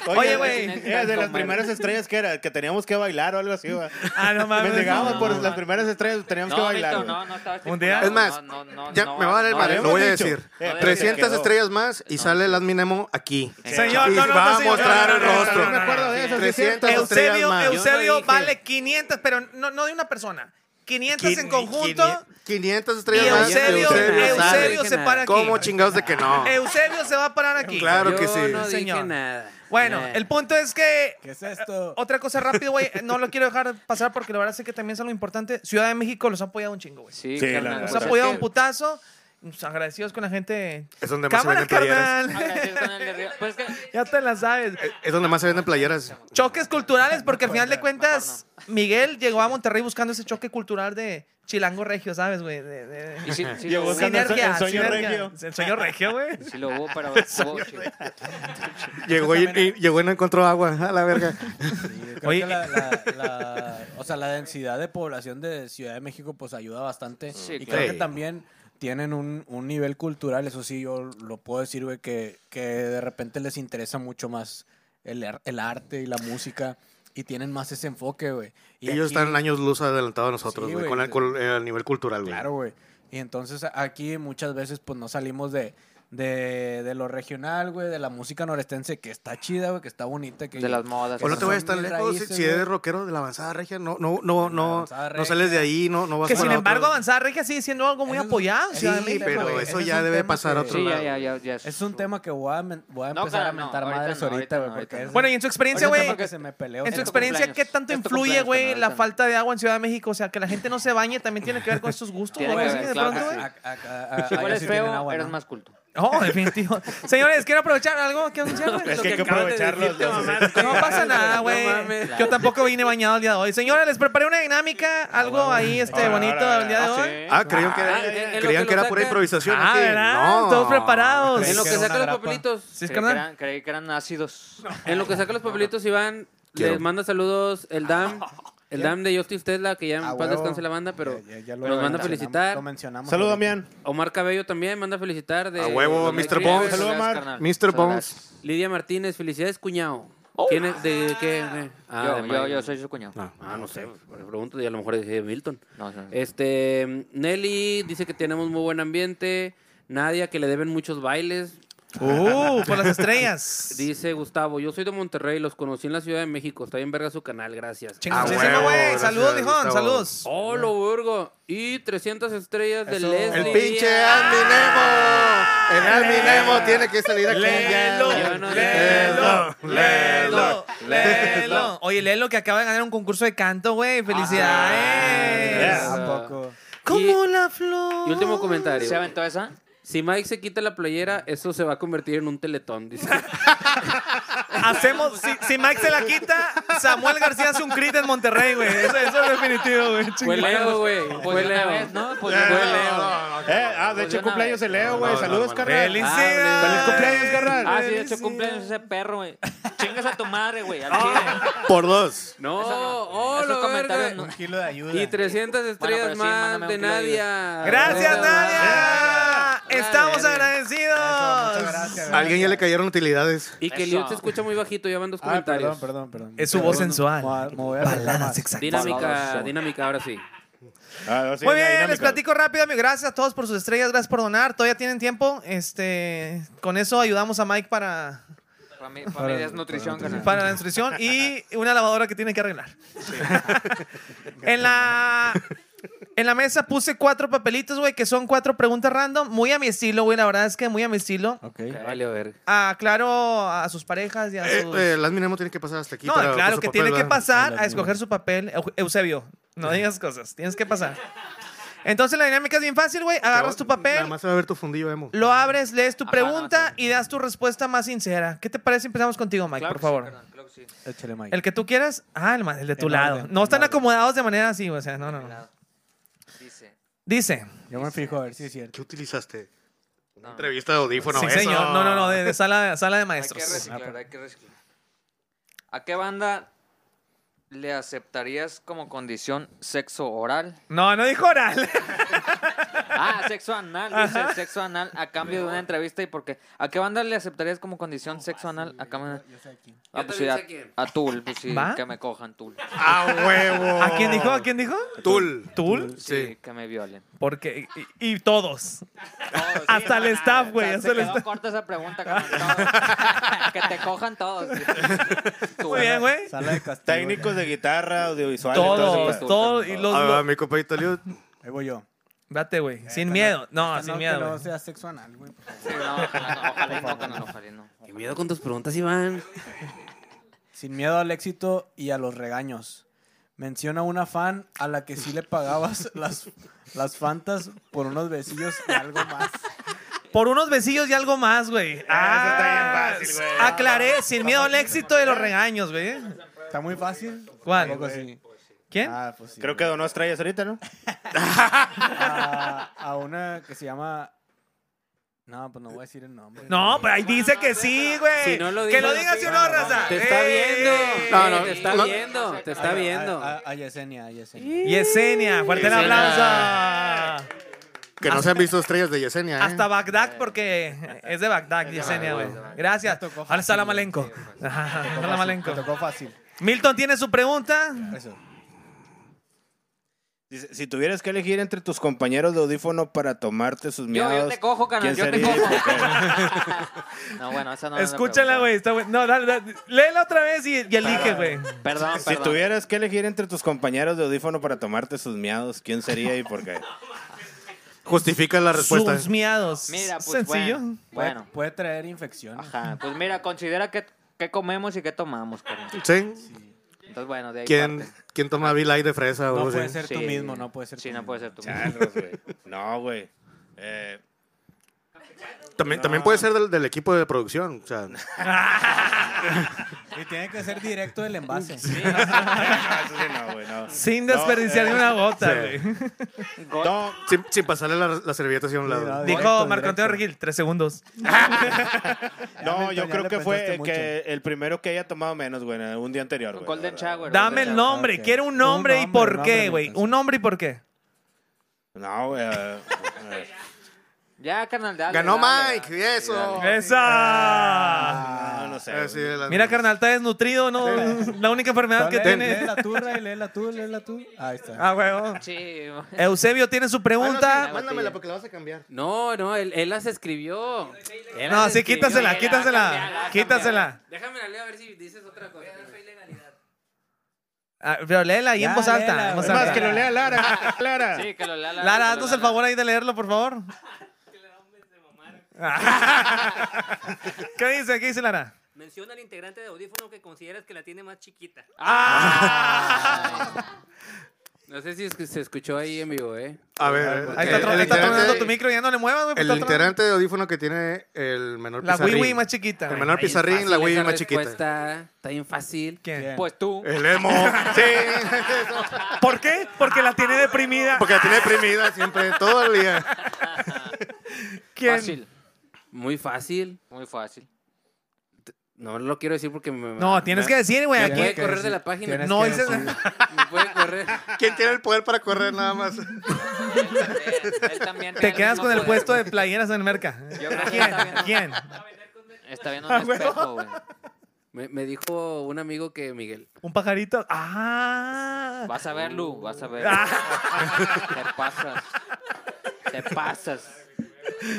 A: Oye, güey.
D: Era eh, de las primeras estrellas que era, que teníamos que bailar o algo así, güey.
A: ah, no mames.
D: Mendigamos por
A: no.
D: las primeras estrellas, teníamos que
C: No,
D: bailar.
C: Víctor,
D: güey.
C: no, no estaba
A: Un día-
C: estipulado,
B: Es más,
C: no, no,
B: Ya,
C: no,
B: me va a dar el
C: no,
B: madre,
C: no,
B: lo voy a
D: habíamos dicho.
B: decir.
D: Eh,
C: pero
B: 300
D: quedó.
B: estrellas más y sale el adminemo aquí.
A: Señor,
B: Y
A: no, no,
B: va
A: no,
B: a
A: señor,
B: mostrar
A: no, no,
B: el
A: no,
B: rostro.
A: no, no, no, no, no.
B: 300 estrellas
A: Eusebio,
B: más.
A: Eusebio
C: dije.
A: vale 500, pero no, no de una persona. 500 en conjunto.
B: 500
A: Y
B: estrellas más.
A: Eusebio,
E: Eusebio
B: Eusebio sale.
A: Eusebio
E: Dije
A: se
E: nada.
A: para aquí.
B: ¿Cómo chingados de que no?
A: Eusebio se va a parar aquí.
B: Claro que
E: Yo
B: sí.
E: no dije
A: Señor.
E: nada.
A: Bueno,
E: Eh.
A: el punto es que
F: ¿Qué es esto?
A: Otra cosa rápido, güey. No lo quiero dejar pasar porque la verdad es que también es algo importante. Ciudad de México los ha apoyado un chingo, güey.
C: Sí,
D: Sí, la
C: carnal,
D: neta.
A: Nos ha
C: pues
D: Claro.
C: es
A: apoyado
C: que-
A: un putazo. Nos agradecidos con la gente.
B: Es donde más se
A: Cámara,
B: venden playeras.
A: carnal.
C: Agradecidos con el de arriba. Pues es que
A: Ya te la sabes.
B: Es donde más se venden playeras.
A: Choques culturales, porque al final de cuentas, Miguel llegó a Monterrey buscando ese choque cultural de chilango regio, ¿sabes, güey? De- de-
C: Y sí, sí
D: Yo
C: lo hubo,
D: buscando el
A: Sinergia,
D: sueño
A: sinergia.
D: regio.
A: El sueño regio, güey.
C: sí lo hubo, pero estuvo chido.
B: Llegó y, y- llegó y no encontró agua. A la verga.
F: Sí, creo
A: Oye, eh,
F: que la, la- la- o sea, la densidad de población de Ciudad de México pues ayuda bastante.
C: Sí, claro.
F: y creo
B: Sí.
F: que también tienen un, un nivel cultural, eso sí, yo lo puedo decir, güey, que, que de repente les interesa mucho más el, ar- el arte y la música y tienen más ese enfoque, güey. Y
B: Ellos
F: aquí-
B: están años luz adelantados a nosotros,
F: Sí,
B: güey,
F: güey.
B: con el, con el nivel cultural, güey.
F: Claro, güey. Y entonces a- aquí muchas veces pues no salimos de, de, de lo regional, güey, de la música norestense que está chida, güey, que está bonita. Que
C: De las modas.
F: que
B: O Pues no
F: son
B: te vayas tan
F: mis
B: lejos. si-
F: raíces,
B: si
F: güey.
B: eres rockero de la avanzada regia, no, no, no, no,
F: avanzada
B: no sales de ahí, no, no vas
A: Que
B: para
A: sin
B: otro-
A: embargo, avanzada regia sigue siendo algo muy
F: Eso es-
A: apoyado. en
B: Sí,
F: eso
A: Ciudad de
F: es un
A: México,
B: pero
A: güey.
F: güey.
B: eso
F: Ese es
B: ya
F: un
B: debe
F: tema
B: pasar a
F: que-
B: otro
C: Sí, ya,
B: lado.
C: ya, ya, ya.
F: Es un tema que voy a, men- voy a
C: No,
F: empezar
C: cara,
F: a
C: no,
F: mentar
C: ahorita
F: madres
C: no, ahorita
F: ahorita, güey.
C: no,
F: porque
C: ahorita
F: es-
A: Bueno, y en su
F: es
A: experiencia,
F: un tema
A: güey,
F: que se me peleó.
A: En su
C: Es tu
A: experiencia, ¿qué
C: cumpleaños.
A: tanto
C: Es tu
A: influye,
C: cumpleaños,
A: güey,
C: carnal,
A: la
C: ahorita.
A: falta de agua en Ciudad de México? O sea, que la gente no se bañe también tiene que ver con estos gustos,
C: Tiene
A: güey,
C: que
A: así
C: ver,
A: de
C: claro
A: pronto,
C: que
A: güey.
C: sí.
F: Si
C: Si hueles feo, eres más culto.
A: Oh, definitivo. Señores, quiero aprovechar algo que anunciar, güey?
D: Es que hay que
E: acabas de
D: aprovecharlos.
E: decirte,
D: los-
E: mamá.
A: No pasa nada, güey.
E: No mames.
A: Yo tampoco vine bañado el día de hoy. Señores, les preparé una dinámica, algo ahí este
D: Ahora,
A: bonito
D: ahora,
A: el día de
C: Ah,
A: hoy.
C: sí.
B: Ah, creían que,
A: eh,
E: Ah, en- en lo
B: creían
E: que
B: que era
E: lo
B: pura
E: saca.
B: improvisación.
A: Ah,
B: aquí.
A: ¿verdad?
B: No.
A: Todos preparados.
E: En lo que
F: Era
E: saca
F: una
E: los
F: grapa.
E: papelitos.
A: Sí, es
C: Creí que
A: carnal.
C: eran- Creí que eran ácidos.
E: En lo que saca los papelitos, Iván,
B: quiero.
E: Les manda saludos el Dam. El Dam de Justice Tesla, que ya
F: A
E: en paz
F: Ah, huevo.
E: descanse la banda, pero
F: Ya- ya- ya lo
E: nos manda a
F: mencionamos-
E: felicitar.
F: Lo mencionamos.
D: Saludos,
F: ahorita.
D: Damián.
E: Omar Cabello también manda a felicitar. De,
B: A huevo, Mr.
E: de Mike
B: Bones.
E: Rivers.
D: Saludos, Omar.
C: carnal.
B: Mr.
C: Muchas
B: Bones.
C: gracias.
E: Lidia Martínez, felicidades, cuñado. ¿Quién es? ¿De qué? de- ah, de
C: Yo, yo,
E: Mike.
C: yo soy su cuñado.
B: No.
E: Ah, no sé, me pregunto y a lo mejor dije Milton.
C: No, no, no.
E: Este, Nelly dice que tenemos muy buen ambiente. Nadia, que le deben muchos bailes.
A: Uh, por las estrellas.
E: Dice Gustavo, yo soy de Monterrey, los conocí en la Ciudad de México. Está bien verga su canal, gracias.
A: Chinga
B: Ah,
A: su
B: huevo,
A: madre, güey.
B: gracias,
A: Saludos, Lijón.
B: Gustavo.
A: Saludos.
E: ¡Oh, lo burgo! Y 300 estrellas de
F: Eso.
E: Leslie. Ah.
B: El pinche Admin
A: Ah.
B: Nemo. El
A: Eh.
B: Admin Nemo tiene que salir aquí.
A: Lelo,
E: Ya no-
A: Lelo,
B: Lelo,
A: Lelo, Lelo.
B: Lelo.
A: Oye, Lelo que acaba de ganar un concurso de canto, güey.
F: Ah,
A: Felicidades.
E: yes.
F: ¿a poco?
A: Como la flor.
E: Y último comentario.
C: ¿Se aventó esa?
E: Si Mike se quita la playera, eso se va a convertir en un teletón. Dice.
A: Hacemos, si, si Mike se la quita, Samuel García hace un crit en Monterrey, güey. Eso, eso es definitivo, güey.
E: Fue
A: Chingón.
E: Leo, güey. Fue
C: Pues de una vez,
E: Leo.
C: ¿no? Pues de
D: Eh,
C: una
D: no,
C: vez.
D: no, no, no. Eh, ah, de
C: Pues de
D: hecho,
C: una
D: cumpleaños de Leo, güey.
B: no,
D: Saludos,
B: no,
D: carnal.
A: Felicidades.
D: Feliz cumpleaños, carnal.
C: Ah, sí, de hecho
A: Felicidades.
C: cumpleaños ese perro, güey. Chingas a tu madre, güey. al chile.
D: Ah.
B: Por dos.
E: No,
C: Eso no.
E: oh,
C: Esos
E: lo
C: comentarios
E: verga.
C: no.
F: kilo de ayuda.
E: Y 300 estrellas
C: pero sí,
E: más
C: mándame
E: de
C: un kilo de
E: Nadia.
A: Gracias,
E: Venga,
A: Nadia.
E: Nadia.
A: Estamos
E: Nadia.
F: Eso, muchas
A: agradecidos.
F: gracias.
B: A alguien ya le cayeron utilidades.
E: Y que
C: Eso.
E: Liu te escucha muy bajito, ya van dos
F: Ah,
E: comentarios.
F: perdón, perdón, perdón.
A: Es su
F: Perdón,
A: voz
F: no,
A: sensual.
F: me voy a- me voy a acercar
A: Baladas
F: más.
A: exactas.
E: Dinámica, dinámica, ahora sí.
D: Ah, no, sí,
A: Muy
D: la
A: bien, les
D: dinámica.
A: platico rápido, amigo. Gracias a todos por sus estrellas, gracias por donar. Todavía tienen tiempo. Este, con eso ayudamos a Mike para,
C: Para mí, para mí es nutrición, carnal.
A: para la instrucción y una lavadora que tiene que arreglar. en la en la mesa puse cuatro papelitos, güey, que son cuatro preguntas random, muy a mi estilo, güey. La verdad es que muy a mi estilo.
F: Ok.
E: Vale, a ver.
A: Aclaro a sus parejas y a
B: Eh,
A: sus.
B: eh, el Admin Nemo tiene que pasar hasta aquí.
A: no,
B: para- por
A: claro
B: su
A: que
B: papel,
A: tiene que
B: ¿verdad?
A: pasar
F: Hola,
A: a escoger su papel, Eu- Eusebio. No digas cosas, tienes que pasar. Entonces la dinámica es bien fácil, güey. Agarras tu papel,
B: Nada más se va a ver tu fundillo, Emo.
A: lo abres, lees tu
C: Ajá,
A: pregunta
C: ajá.
A: y das tu respuesta más sincera. ¿Qué te parece? Empezamos contigo, Mike,
C: Claro
A: por
C: que sí,
A: favor.
C: carnal, claro que sí.
F: Échale, Mike.
A: El que tú quieras. Ah, el, ma- el de tu
F: En
A: lado.
F: orden,
A: no
F: en
A: están
F: orden.
A: acomodados de manera así, o sea, no, no, no.
C: Claro. Dice.
A: Dice.
F: Yo me fijo a ver si es cierto.
B: ¿Qué utilizaste? Una
C: No.
B: entrevista de audífono.
A: sí,
B: eso.
A: señor. No, no, no, de, de sala, de sala de
C: Hay que
A: maestros.
C: reciclar,
D: Ah,
C: hay que reciclar. ¿A qué banda le aceptarías como condición sexo oral?
A: No, no dijo oral.
C: Ah, sexo anal, dice sexo anal a cambio de una entrevista y porque ¿a qué banda le aceptarías como condición sexo anal a cambio de Ah, pues
E: pues, Yo
C: sí,
E: también
C: a,
E: sé quién.
C: a Tul, pues sí,
A: ¿Va?
C: que me cojan Tul.
B: ¡A huevo!
A: ¿A quién dijo? ¿A quién dijo?
B: Tul.
A: ¿Tul?
C: Sí,
B: Sí.
C: que me violen.
A: Porque. Y, y todos. Hasta el staff, güey, hasta
C: Se
A: el
C: quedó
A: staff.
C: corta esa pregunta, carnal, todos. que te cojan todos. Tul.
A: Muy bien, güey.
F: Sala de castigo.
D: Técnicos de guitarra, audiovisuales. todo
A: Todos, pues,
D: ese pedo.
A: todos. Y los.
B: Ah, va,
A: los-
B: mi compadito Liu.
F: Ahí voy yo.
A: Date, güey. Sin
F: no-
A: miedo. No,
F: Ah,
A: sin
F: que
A: miedo.
F: No
A: güey.
F: sea sexo anal, güey. por favor.
C: Sí, no, ojalá no, ojalá y no, carnal, ojalá y no.
E: Qué miedo con tus preguntas, Iván.
F: Sin miedo al éxito y a los regaños. Menciona una fan a la que sí le pagabas las, las fantas por unos besillos y algo más.
A: Por unos besillos y algo más, güey. Ah,
D: eso está bien fácil, güey.
A: Aclaré, sin miedo al éxito de los regaños, güey.
F: Está muy fácil.
A: ¿Cuál?
F: Tampoco así.
A: ¿Quién?
F: Ah, pues sí.
D: Creo que donó estrellas ahorita, ¿no?
F: A, a una que se llama. No, pues no voy a decir el nombre.
A: No, pero ahí dice que sí, güey.
E: Si no Eh, lo
A: que
E: digo,
A: lo
E: no
A: digas
E: sé.
A: si no, raza. Eh.
E: Te está viendo.
A: ¡Ey!
B: No, no,
E: Eh, te está
B: no.
E: viendo. Te está
F: A-
E: viendo.
F: A, a Yesenia, a Yesenia.
A: Yesenia, fuerte el
E: Yesenia.
A: aplauso.
B: Que no se han visto estrellas de Yesenia, ¿eh?
A: Hasta Bagdad, porque es de Bagdad, Yesenia, güey. Gracias.
F: tocó fácil,
A: Al Salamalenco. Ajá,
F: Me
A: Salamalenco.
F: tocó fácil.
A: Milton tiene su pregunta.
F: Eso.
D: Dice, si tuvieras que elegir entre tus compañeros de audífono para tomarte sus
C: Yo,
D: miedos.
C: yo te cojo, carnal,
D: ¿quién
C: yo te
D: sería y
C: cojo.
D: por qué?
C: No, bueno, esa no es la
A: Escúchala,
C: pregunta.
A: güey. Está bueno. No, dale, dale. Léela otra vez y, y elige, güey.
C: Perdón,
D: Si
C: perdón.
D: tuvieras que elegir entre tus compañeros de audífono para tomarte sus miados, ¿quién sería y por qué?
B: Justifica la respuesta.
A: Sus miados.
C: Mira, pues
A: Sencillo.
C: bueno.
F: Puede,
C: bueno.
F: puede traer infección.
C: Ajá, pues mira, considera que, que comemos y qué tomamos, carnal.
B: ¿Sí?
C: Entonces, bueno, de ahí
B: ¿Quién,
C: parte.
B: ¿Quién toma Bill Light de fresa? o
F: No
B: algo
F: puede
B: así?
F: ser tú
C: Sí.
F: mismo, no puede ser
C: Sí,
F: tú
C: no
F: mismo.
C: puede ser tú mismo.
D: Charros, güey. No, güey. Eh,
B: También, también puede ser del, del equipo de producción. O sea,
F: Y tiene que ser directo del envase.
D: Eso sí, no, güey, no.
A: Sin
D: No,
A: desperdiciar
D: eh,
A: ni una gota,
B: sí.
A: güey.
D: No,
B: sin, sin pasarle la, la servilleta hacia un lado.
F: Sí, Directo,
A: Dijo Marco Antonio
F: directo.
A: Regil, tres segundos.
D: no,
F: Hamilton,
D: yo
F: ya
D: creo
F: le
D: que fue
F: pensaste
D: el que el primero que haya tomado menos, güey, un día anterior, güey.
C: Golden
D: la verdad.
C: Shower.
A: Dame
C: Golden
A: el
C: Shower.
A: nombre.
F: ok.
A: Quiero un
F: Un
A: nombre y
F: nombre,
A: por
F: nombre,
A: qué,
F: nombre,
A: güey.
F: entonces.
A: Un nombre y por qué.
D: No, güey. eh, eh,
C: Ya, carnal, dale.
B: Ganó
C: dale,
B: Mike,
C: dale.
B: y eso.
A: ¡Esa!
D: ah, no sé.
B: Así
D: güey.
B: de las-
A: Mira, carnal, está desnutrido, ¿no? La única enfermedad que
F: Léela,
A: Ah, tiene.
F: léela tú, Ray, léela tú, léela tú. Ahí está.
A: Ah, huevo.
C: Sí.
A: Eusebio tiene su
B: Ah, no, sí,
A: pregunta.
B: mándamela porque la vas a cambiar.
E: No, no, él, él las escribió. Él
A: No,
E: las
A: sí,
E: escribió.
A: quítasela,
E: Él la
A: quítasela,
E: va a cambiar, la va a
A: quítasela.
E: cambiar. Déjame la leo a ver si dices otra cosa.
A: Ah, pero léela ahí en
F: Ya,
A: voz alta.
F: léela,
A: en voz
D: Es
F: güey.
A: alta.
D: más, que lo lea Lara. Lara.
C: Sí, que lo lea la- que
A: Lara,
C: lo
A: haznos
C: lea
A: el
C: la-
A: favor ahí de leerlo, por favor. ¿Qué dice? ¿Qué dice Lara?
G: Menciona al integrante de audífono que consideras que la tiene más chiquita.
E: No sé si es que se escuchó ahí en vivo, ¿eh?
B: A ver,
A: Ahí
B: el-
A: está, tro-
B: el
A: está tronando tu
B: integrante-
A: micro, ya no le muevas, güey. pues
B: el
A: está tronando.
B: integrante de audífono que tiene el menor
A: La
B: pizarrín.
A: Wii más chiquita.
B: El
A: güey.
B: menor pizarrín, la
E: Fácil
B: Wii
E: esa
B: más chiquita. Eh.
E: respuesta, Está bien fácil.
A: ¿Quién?
F: Bien.
C: Pues tú.
B: El emo. Sí.
A: ¿Por qué? Porque la tiene deprimida.
B: Porque la tiene deprimida siempre, todo el día.
A: ¿Quién?
C: Fácil.
E: Muy fácil.
C: Muy fácil.
E: No lo quiero decir porque me.
A: No, tienes que decir, güey.
E: me
A: Aquí
E: puede correr de la página.
F: Tienes
A: no
F: que
A: dices.
F: decir.
E: Me puede correr.
B: ¿Quién tiene el poder para correr nada más?
C: Él también tiene
A: Te quedas
C: mismo
A: con el
C: poder,
A: puesto de
C: güey.
A: playeras en el merca.
C: Yo creo que
A: ¿Quién?
C: está bien.
A: ¿Quién?
C: Está viendo
A: Ah,
C: un espejo, güey.
E: Me, me dijo un amigo que Miguel.
A: ¿Un pajarito? ¡Ah!
C: Vas a ver, Lu, vas a ver. Te pasas. Te pasas.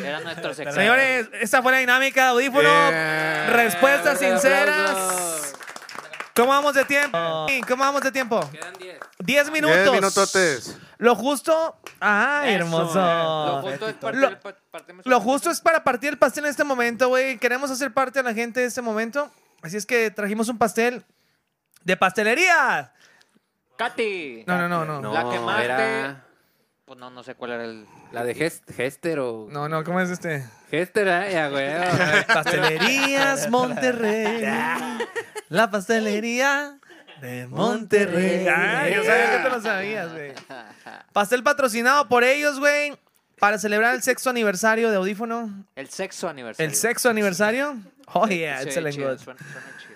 C: Era nuestro secreto.
A: Señores, esa fue la dinámica de audífono.
B: Bien.
A: Respuestas
E: Un aplauso.
A: sinceras. ¿Cómo vamos de tiempo? ¿Cómo vamos de tiempo?
E: Quedan 10.
A: 10 minutos.
B: Diez minutotes.
A: Lo justo. ¡Ay,
C: Eso. Lo
A: hermoso!
C: justo es partir-
A: Lo-
C: pa- partimos-
A: Lo justo es para partir el pastel en este momento, güey. Queremos hacer parte a la gente de este momento. Así es que trajimos un pastel de pastelería.
C: Katy.
A: No, no, no, no. No,
C: La quemaste.
E: era
C: Pues no, no sé cuál era el.
E: la de Gest- Hester o.
A: no, ¿cómo es este?
E: Hester, ¿eh? Ya, güey.
A: Pastelerías Monterrey. La pastelería de Monterrey. Ay, yo sabía que te lo sabías, güey. Pastel patrocinado por ellos, güey. Para celebrar el sexto aniversario de Audífono.
C: El sexo aniversario.
A: El sexto aniversario. Oh, yeah,
C: Se ve
A: excellent
C: chido,
A: good.
C: suena- suena chido.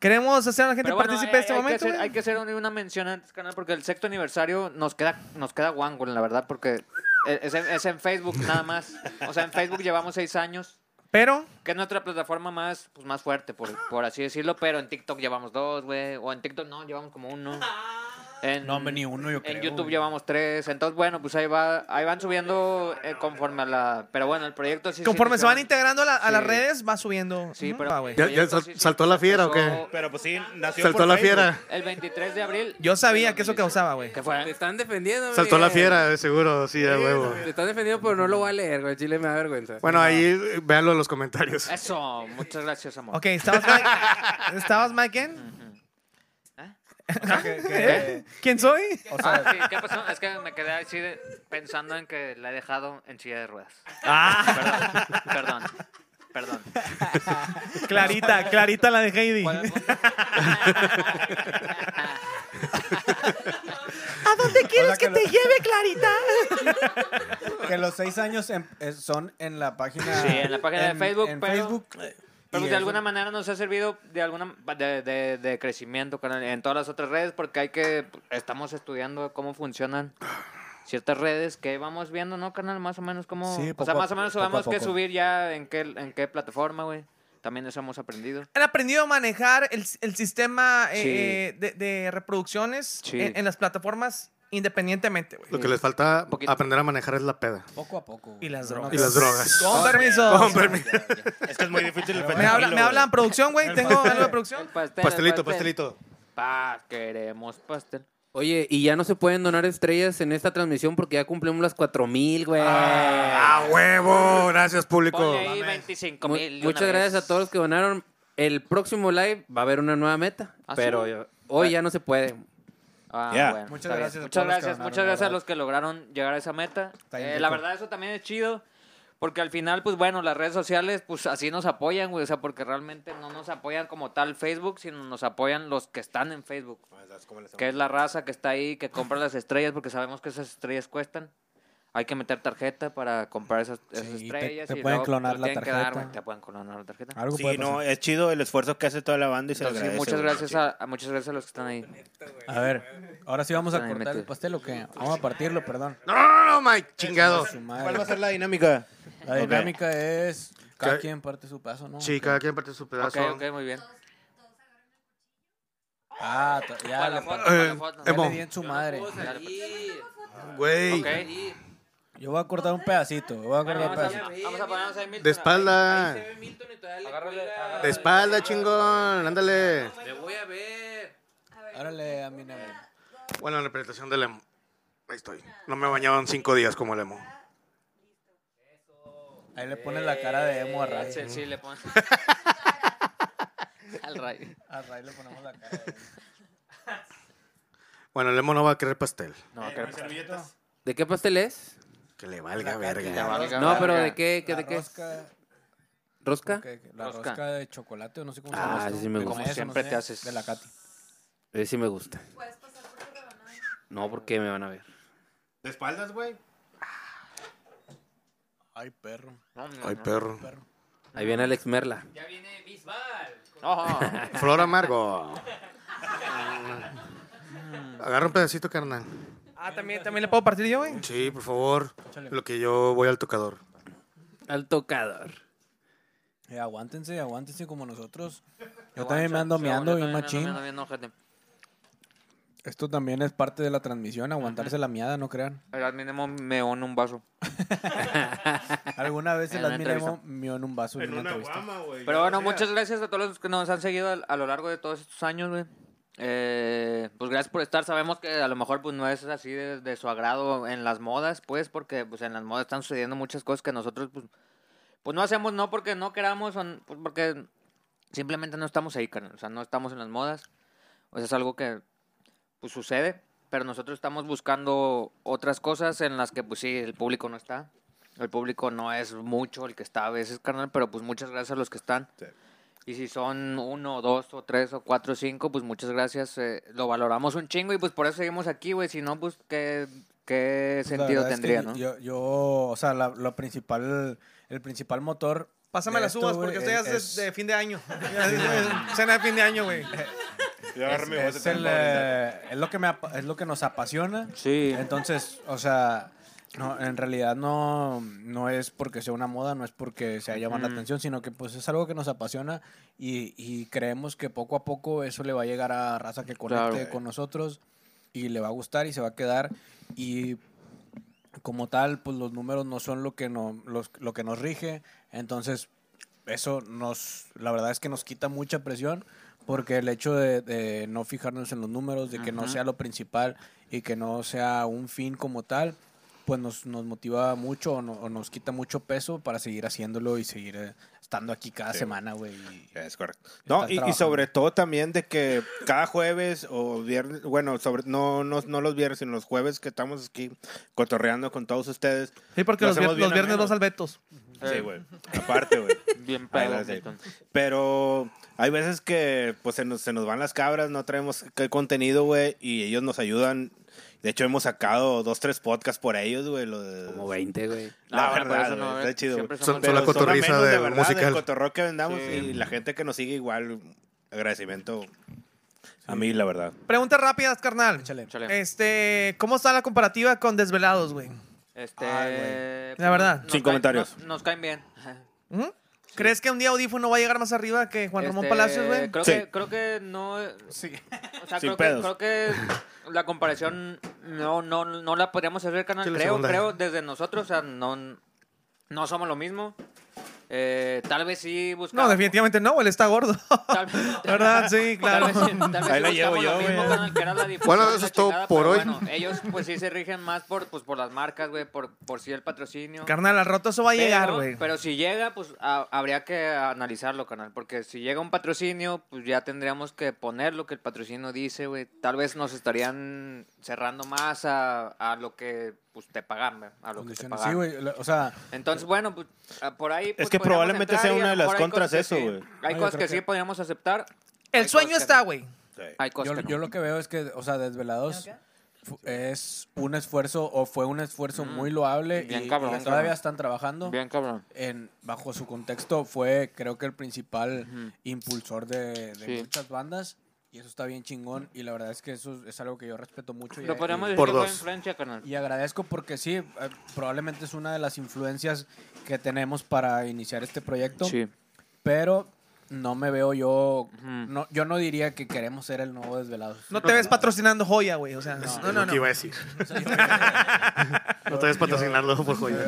A: Queremos hacer a la gente
C: Pero bueno,
A: partícipe
C: hay-
A: de este
C: hay que
A: momento.
C: hacer-
A: güey.
C: hay que hacer un- una mención antes, canal, porque el sexto aniversario nos queda, nos queda guango, la verdad, porque e, es en, es en Facebook nada más. O sea, en Facebook llevamos seis años,
A: Pero
C: que es nuestra plataforma más, pues, más fuerte, por, por así decirlo, pero en TikTok llevamos dos, güey, o en TikTok no, llevamos como uno. En,
F: No, hombre, ni uno, yo creo,
C: En YouTube
F: güey.
C: llevamos tres, entonces, bueno, pues ahí, va, ahí van subiendo eh, conforme a la... Pero bueno, el proyecto sí...
A: conforme
C: sí
A: se van
C: inició-
A: integrando a, la- a las
C: Sí.
A: redes, va subiendo.
C: Sí,
A: Ujú,
C: pero...
A: va,
C: el
A: güey.
B: ¿Ya- ya
C: proyecto
B: sal- saltó la fiera o qué?
C: empezó
D: Pero pues sí, nació
B: Saltó
D: por
B: la
D: Facebook.
B: fiera.
C: El 23 de abril.
A: Yo sabía que eso causaba, güey.
C: ¿Qué
E: Te
C: Este fue?
E: están defendiendo,
B: Saltó la
E: Miguel.
B: fiera, de seguro, sí, a huevo.
E: Te están defendiendo, pero no lo voy a leer, güey. Chile me da vergüenza.
B: Bueno, ahí eh, véanlo en los comentarios.
C: Eso, muchas gracias, amor.
A: Ok, ¿estabas Mike? ¿Estabas Mike en?
F: Que- que-
A: ¿Quién soy?
F: o
C: Ah,
F: sea,
C: sí, ¿qué pasó? Es que me quedé así de- pensando en que la he dejado en silla de ruedas.
F: Ah.
C: Perdón, perdón.
A: Clarita, Clarita la de Heidi.
C: ¿Cuál es el punto?
A: ¿A dónde
F: O sea que lo-
A: lleve, Clarita?
F: que los seis años en- eh, son en la página.
C: Sí, en la página de Facebook,
F: En
C: pero-
F: Facebook. eh,
C: Pero
F: y
C: de
F: eso-
C: alguna manera nos ha servido de alguna de, de- de crecimiento carnal, en todas las otras redes porque hay que estamos estudiando cómo funcionan ciertas redes que vamos viendo, ¿no, canal? Más o menos cómo,
F: Sí,
C: o sea,
F: poco a-
C: más o menos
F: poco a
C: sabemos qué
F: poco.
C: subir ya en qué en qué plataforma, güey. También eso hemos aprendido.
A: Han aprendido a manejar el, el sistema eh,
C: Sí.
A: eh, de, de reproducciones eh,
C: Sí.
A: en, en las plataformas independientemente, güey.
B: Lo que les falta
C: Poquito.
B: aprender a manejar es la peda.
F: Poco a poco. güey.
A: Y las
F: No,
A: drogas.
B: Y las drogas.
A: Con permiso.
B: Con permiso.
D: Es que es muy difícil el
A: Me, habla-
D: fentanilo,
A: me hablan producción, güey. Tengo algo de
C: El
A: producción.
C: pastel, el
B: Pastelito,
C: pastel.
B: pastelito.
C: Pa, queremos pastel.
E: Oye, y ya no se pueden donar estrellas en esta transmisión porque ya cumplimos las 4000, güey.
B: ¡A huevo! Gracias, público.
C: Ponle ahí 25
E: Mu-
C: mil.
E: muchas gracias a todos los que donaron. El próximo live va a haber una nueva meta,
C: ¿Ah, sí?
E: pero yo- hoy ya no se puede.
C: Ah,
D: Yeah.
F: Muchas
C: muchas
F: gracias
C: gracias.
F: a
C: Muchas
F: todos los que
C: gracias,
F: donaron,
C: muchas gracias a
F: la
C: los que lograron llegar a esa meta.
F: Está bien
C: Eh, la
F: rico.
C: verdad, eso también es chido. Porque al final, pues bueno, las redes sociales, pues así nos apoyan, güey. O sea, porque realmente no nos apoyan como tal Facebook, sino nos apoyan los que están en Facebook. Que es la raza que está ahí, que compra las estrellas, porque sabemos que esas estrellas cuestan. Hay que meter tarjeta para comprar esas, esas
F: Sí, te-
C: estrellas.
F: te
C: y
F: pueden
C: luego
F: clonar
C: te
F: la
C: tienen que dar,
F: tarjeta.
C: güey, te pueden clonar la tarjeta.
F: Algo
D: Sí,
F: puede
D: no,
F: pasar.
D: es chido el esfuerzo que hace toda la banda y se lo
C: Entonces, sí,
D: agradece.
C: muchas
D: güey.
C: gracias a, a- muchas gracias a los que están ahí.
F: A ver, ahora sí vamos a
C: Ahí
F: cortar el
C: metido.
F: pastel o qué? Vamos a partirlo, perdón.
B: No, no, no, Mike, chingado.
F: Su madre.
D: ¿Cuál va a ser la dinámica?
F: La dinámica es cada
B: Ca-
F: quien parte su paso, ¿no?
B: Sí, cada quien parte su
C: Ok,
B: pedazo.
C: ok, muy bien.
F: Ah, to- ya
C: Para
F: le,
C: la foto,
F: ya
C: para la
B: Eh,
C: foto.
B: em-
F: le
B: Emo.
F: di en su madre.
B: Güey,
C: Ok.
F: Yo voy a cortar un pedacito, voy a
C: Bueno,
F: cortar un
C: vamos, a,
F: pedacito.
C: vamos a ponernos ahí Milton.
B: de espalda.
E: se ve Milton y todavía le
C: Agárrale,
E: cuelga.
C: agárrale.
B: De espalda, chingón. Ándale.
E: Me voy a ver.
F: Árale a mi nave.
B: Buena representación del emo. Ahí estoy. No me bañaba en cinco días como el emo.
F: Ahí le pones la cara de emo a
C: Ah,
F: Ray.
C: Sí, sí, le pones. Al rayo.
F: A Ray le ponemos la cara de emo.
B: Bueno, el emo no va a querer pastel.
C: No, que
E: ¿De qué pastel es?
B: Que le valga
C: la
B: verga.
C: valga
E: No,
C: verga.
E: pero ¿de qué? qué
F: La
E: ¿De qué?
F: rosca,
E: ¿Rosca?
F: que- la
C: Rosca.
F: rosca de chocolate o no sé cómo se
E: Ah,
F: llama. esto.
E: sí me
F: De
E: gusta.
F: fresa,
C: Como siempre
F: no sé,
C: te haces.
F: De la Katy.
E: Eh, sí me gusta. No, porque me van a ver.
D: ¿De espaldas, güey?
F: Ay, perro.
C: No, no,
B: Ay,
C: no.
B: perro.
E: Ahí viene Alex Merla.
G: Ya viene Bisbal.
C: No.
B: Flor amargo. Agarra un pedacito, carnal.
A: Ah, ¿también, también le puedo partir yo, güey.
B: Sí, por favor. Lo que yo voy al tocador.
E: Al tocador.
F: Eh, aguántense, aguántense como nosotros. Yo
C: Aguanta,
F: también me ando
C: sí,
F: meando
C: yo
F: bien
C: también
F: machín.
C: ando meando bien ojete.
F: Esto también es parte de la transmisión, aguantarse la miada, no crean.
C: El admin emo meó en un vaso.
F: Alguna vez
C: En
F: el
C: una
F: admin
C: entrevista.
F: emo mió en un vaso en una entrevista.
D: güey.
C: Pero bueno, muchas gracias a todos los que nos han seguido al- a, lo largo de todos estos años, güey. Eh, pues gracias por estar. Sabemos que a lo mejor pues no es así de, de su agrado en las modas, pues, porque pues en las modas están sucediendo muchas cosas que nosotros pues, pues no hacemos, no porque no queramos, o n- pues, porque simplemente no estamos ahí, carnal. O sea, no estamos en las modas. O sea, es algo que pues sucede, pero nosotros estamos buscando otras cosas en las que pues sí, el público no está. El público no es mucho el que está a veces, carnal, pero pues muchas gracias a los que están.
D: Sí.
C: Y si son uno, dos, o tres, o cuatro, o cinco, pues muchas gracias. eh, lo valoramos un chingo y pues por eso seguimos aquí, güey. Si no, pues qué, qué
F: Pues la
C: sentido
F: verdad es que
C: tendría, ¿no?
F: Yo, yo, o sea, la, lo principal, el principal motor.
A: Pásame
F: de
A: las
F: esto,
A: uvas
F: güey,
A: porque esto ya
F: es-
A: es de, de fin de año. Ya es- Cena de fin de año, güey.
D: Yo agarré mi
F: es,
D: voz
F: es el, eh, es lo que me apa- es lo que nos apasiona.
C: Sí.
F: Entonces, o sea, no, en realidad no, no es porque sea una moda, no es porque sea llamar la atención, sino que pues es algo que nos apasiona y, y creemos que poco a poco eso le va a llegar a raza que conecte
C: Claro.
F: con nosotros y le va a gustar y se va a quedar y como tal, pues los números no son lo que, no, los, lo que nos rige, entonces eso nos, la verdad es que nos quita mucha presión porque el hecho de, de no fijarnos en los números, de que no sea lo principal y que no sea un fin como tal, pues nos, nos motiva mucho o, no- o nos quita mucho peso para seguir haciéndolo y seguir eh, estando aquí cada semana, güey. y-
D: Es correcto. No, y- y,
F: trabajando.
D: sobre todo también de que cada jueves o viernes, bueno, sobre no, no, no los viernes, sino los jueves que estamos aquí cotorreando con todos ustedes.
A: Sí, porque
D: Lo
A: los, vier-
D: hacemos bien
A: los viernes
D: ameno.
A: dos albetos.
D: Sí, güey. Aparte, güey.
C: Bien
D: Ahí
C: pedo,
D: las de-
C: Milton.
D: Pero hay veces que pues se nos, se nos van las cabras, no traemos qué contenido, güey, y ellos nos ayudan. De hecho, hemos sacado dos, tres podcasts por ellos, güey. lo de-
E: Como 20, güey.
D: La
C: No, bueno,
D: verdad,
C: pero eso no,
D: güey,
C: eh,
D: está chido.
C: siempre
D: güey.
C: somos-
D: Pero
B: Son la
D: son
B: cotorriza
D: amenos,
B: del
D: verdad,
B: musical.
D: del cotorreo que vendamos
C: Sí.
D: y la gente que nos sigue igual, agradecimiento a mí, la verdad.
A: Preguntas rápidas, carnal.
F: Échale.
C: Chale.
A: Este, ¿cómo está la comparativa con Desvelados, güey?
C: Este, pues,
F: Ay, güey.
A: La verdad.
C: nos
D: Sin
C: caen-
D: comentarios.
C: Nos, nos caen bien.
A: ¿Mm? ¿Crees que un día Audífono va a llegar más arriba que Juan Ramón
C: Este,
A: Palacios, güey?
C: Creo,
D: Sí.
C: que, creo que no. Sí. O sea,
D: Sin
C: creo, que,
D: pedos.
C: creo que la comparación no, no, no la podríamos hacer, canal.
B: Sí, la
C: creo,
B: segunda.
C: creo, desde nosotros. O sea, no, no somos lo mismo. Eh, tal vez sí buscamos.
A: No, definitivamente no, güey, él está gordo.
C: Tal vez-
A: ¿Verdad? Sí, claro.
C: Tal vez, sí- tal vez
D: Ahí
C: sí
D: la llevo
C: buscamos lo
D: yo,
C: mismo,
D: güey.
C: carnal, que era la difusión
B: Bueno,
C: y
B: eso
C: la
B: es todo
C: chingada,
B: por
C: pero
B: hoy.
C: Bueno, ellos pues sí se rigen más por, pues, por las marcas, güey, por, por sí el patrocinio.
A: Carnal, al rato eso va a
C: Pero-
A: llegar, güey.
C: Pero si llega, pues ha- habría que analizarlo, canal. Porque si llega un patrocinio, pues ya tendríamos que poner lo que el patrocinio dice, güey. Tal vez nos estarían cerrando más a, a lo que pues, te pagan, ¿verdad? a lo que te
F: Condiciones.
C: pagan.
F: Sí, güey. la- O sea,
C: Entonces, bueno, pues, ah, por ahí... pues,
D: que
C: podríamos
D: probablemente
C: entrar
D: sea
C: y a
D: una
C: lo
D: de las
C: mejor hay
D: contras
C: cosas que
D: eso,
C: sí.
D: güey.
C: Hay cosas
F: yo creo
C: que
F: que-
C: sí podríamos aceptar.
A: El
C: hay
A: sueño
C: cosas que
A: está,
C: no.
A: güey.
D: Sí.
C: Hay cosas
F: yo,
C: que no.
F: yo lo que veo es que, o sea, Desvelados fu- es un esfuerzo o fue un esfuerzo muy loable
C: Mm. Bien
F: y,
C: cabrón,
F: y todavía
C: cabrón.
F: están trabajando.
C: Bien, cabrón.
F: En, bajo su contexto fue, creo que el principal impulsor de, de
C: Sí.
F: muchas bandas y eso está bien chingón y la verdad es que eso es algo que yo respeto mucho. y-
C: Lo podríamos decir
B: Por
C: que fue
B: dos.
C: influencia, carnal.
F: Y agradezco porque sí, eh, probablemente es una de las influencias que tenemos para iniciar este proyecto.
C: Sí.
F: Pero no me veo yo.
C: Ujú.
F: No, yo no diría que queremos ser el nuevo desvelado.
A: No te ves patrocinando joya, güey. O sea, no,
B: Es
A: no,
B: lo que
A: no.
B: iba a decir. No te ves patrocinarlo por joya.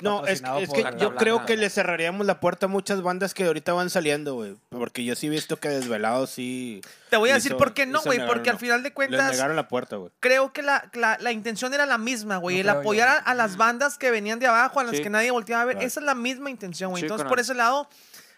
D: No, es, es que
E: por-
D: yo
E: Bla,
D: creo
E: bla,
D: que
E: bla.
D: le cerraríamos la puerta a muchas bandas que ahorita van saliendo, güey. Porque yo sí he visto que Desvelados sí.
A: Te voy a
D: hizo-
A: decir por qué no,
D: hizo
A: güey.
D: negar
A: Porque al
D: uno.
A: final de
D: Les
A: cuentas,
D: negaron la puerta, güey.
A: creo que la, la- la intención era la misma, güey.
F: No
A: el
F: creo
A: apoyar a,
F: yo.
A: a las bandas que venían de abajo, a las
C: Sí.
A: que nadie volteaba a ver.
D: Claro.
A: Esa es la misma intención, güey.
C: Sí,
A: Entonces,
C: carnal.
A: por ese lado,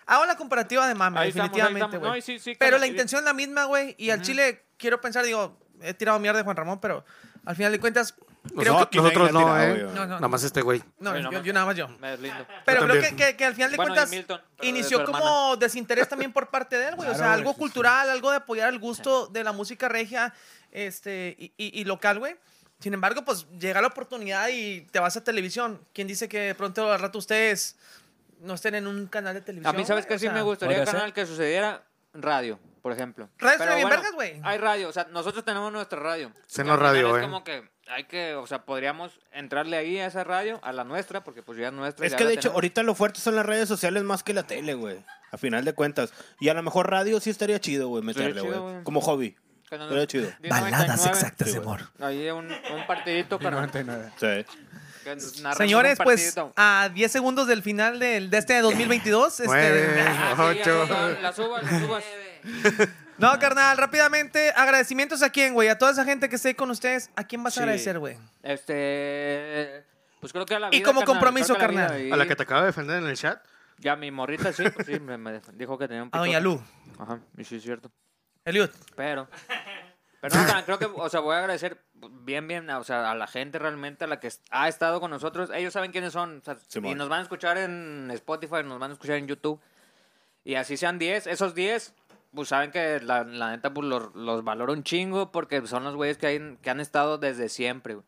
A: hago la comparativa de mame,
C: Ahí estamos, ahí
A: definitivamente,
C: estamos. No,
A: güey.
C: y sí, sí,
A: pero
C: carnal,
A: la
C: y-
A: intención es la misma, güey. Y al Chile, quiero pensar, digo, he tirado mierda de Juan Ramón, pero al final de cuentas, creo
D: no,
A: que.
B: Nosotros,
D: aquí nadie
B: nosotros
D: la ha
B: no,
D: tirado,
B: ¿eh?
D: güey.
A: No, no,
B: Nada
A: no.
B: más este güey.
A: No,
C: Ay, Pues no
A: yo,
C: me-
A: yo nada más yo.
C: Me deslindo.
A: Pero
B: Yo
A: creo que,
B: también.
A: que- que al final de
C: Bueno, y
A: cuentas
C: Milton, pero de
A: inició
C: su
A: como
C: hermana.
A: desinterés también por parte de él, güey. o sea,
F: Claro,
A: algo
F: sí, sí.
A: cultural, algo de apoyar el gusto de la música regia este, y, y- y local, güey. Sin embargo, pues llega la oportunidad y te vas a televisión. ¿Quién dice que de pronto al rato ustedes no estén en un canal de
C: A
A: televisión?
C: mí, ¿sabes
A: güey?
C: que
A: O
C: Sí
A: sea,
C: me gustaría,
F: podría ser.
C: canal, que sucediera radio, por ejemplo.
A: Radio
C: Pero
A: está bien
C: bueno,
A: vergas, güey.
C: Hay radio, o sea, nosotros tenemos nuestra radio.
B: Sí,
C: Y
B: no
C: al final
B: radio,
C: Es
B: eh.
C: como que hay que, o sea, podríamos entrarle ahí a esa radio, a la nuestra, porque pues ya es nuestra.
D: Es
C: ya
D: que
C: la
D: de hecho,
C: tenemos.
D: ahorita lo fuerte son las redes sociales más que la tele, güey. A final de cuentas. Y a lo mejor radio sí estaría chido, güey,
C: Estaría
D: meterle,
C: chido,
D: güey.
C: güey.
D: Como hobby.
C: Canal
D: Estaría chido.
C: 1099.
D: Sí, güey.
C: Ahí un, un partidito, carnal.
D: Sí.
C: que narramos un
A: Señores, pues
C: partidito.
A: a 10 segundos del final del, de este 2022. este,
B: Nueve,
C: Ah, sí, ya,
B: ocho.
C: ya, La subas, la subas.
A: no, carnal, rápidamente, agradecimientos a quién, güey. A toda esa gente que esté con ustedes, ¿a quién vas a
C: Sí.
A: agradecer, güey?
C: Este. Pues creo que a la
A: Y
C: vida.
A: como
C: carnal,
A: compromiso,
C: creo que la
A: carnal.
C: vida, y-
B: A la que te acaba de defender en el chat.
C: Ya mi morrita, sí, pues, sí, me, me dijo que tenía un
A: A
C: pitote.
A: Doña Lu.
C: Ajá, y sí es cierto.
A: Eliud.
C: Pero. Pero no, carnal, creo que, o sea, voy a agradecer bien, bien, a, o sea, a la gente realmente, a la que ha estado con nosotros. Ellos saben quiénes son. o sea,
D: Simón.
C: y nos van a escuchar en Spotify, nos van a escuchar en YouTube. Y así sean 10. Esos 10, pues saben que la, la neta, pues los, los valoro un chingo porque son los güeyes que, hay- que han estado desde siempre, güey.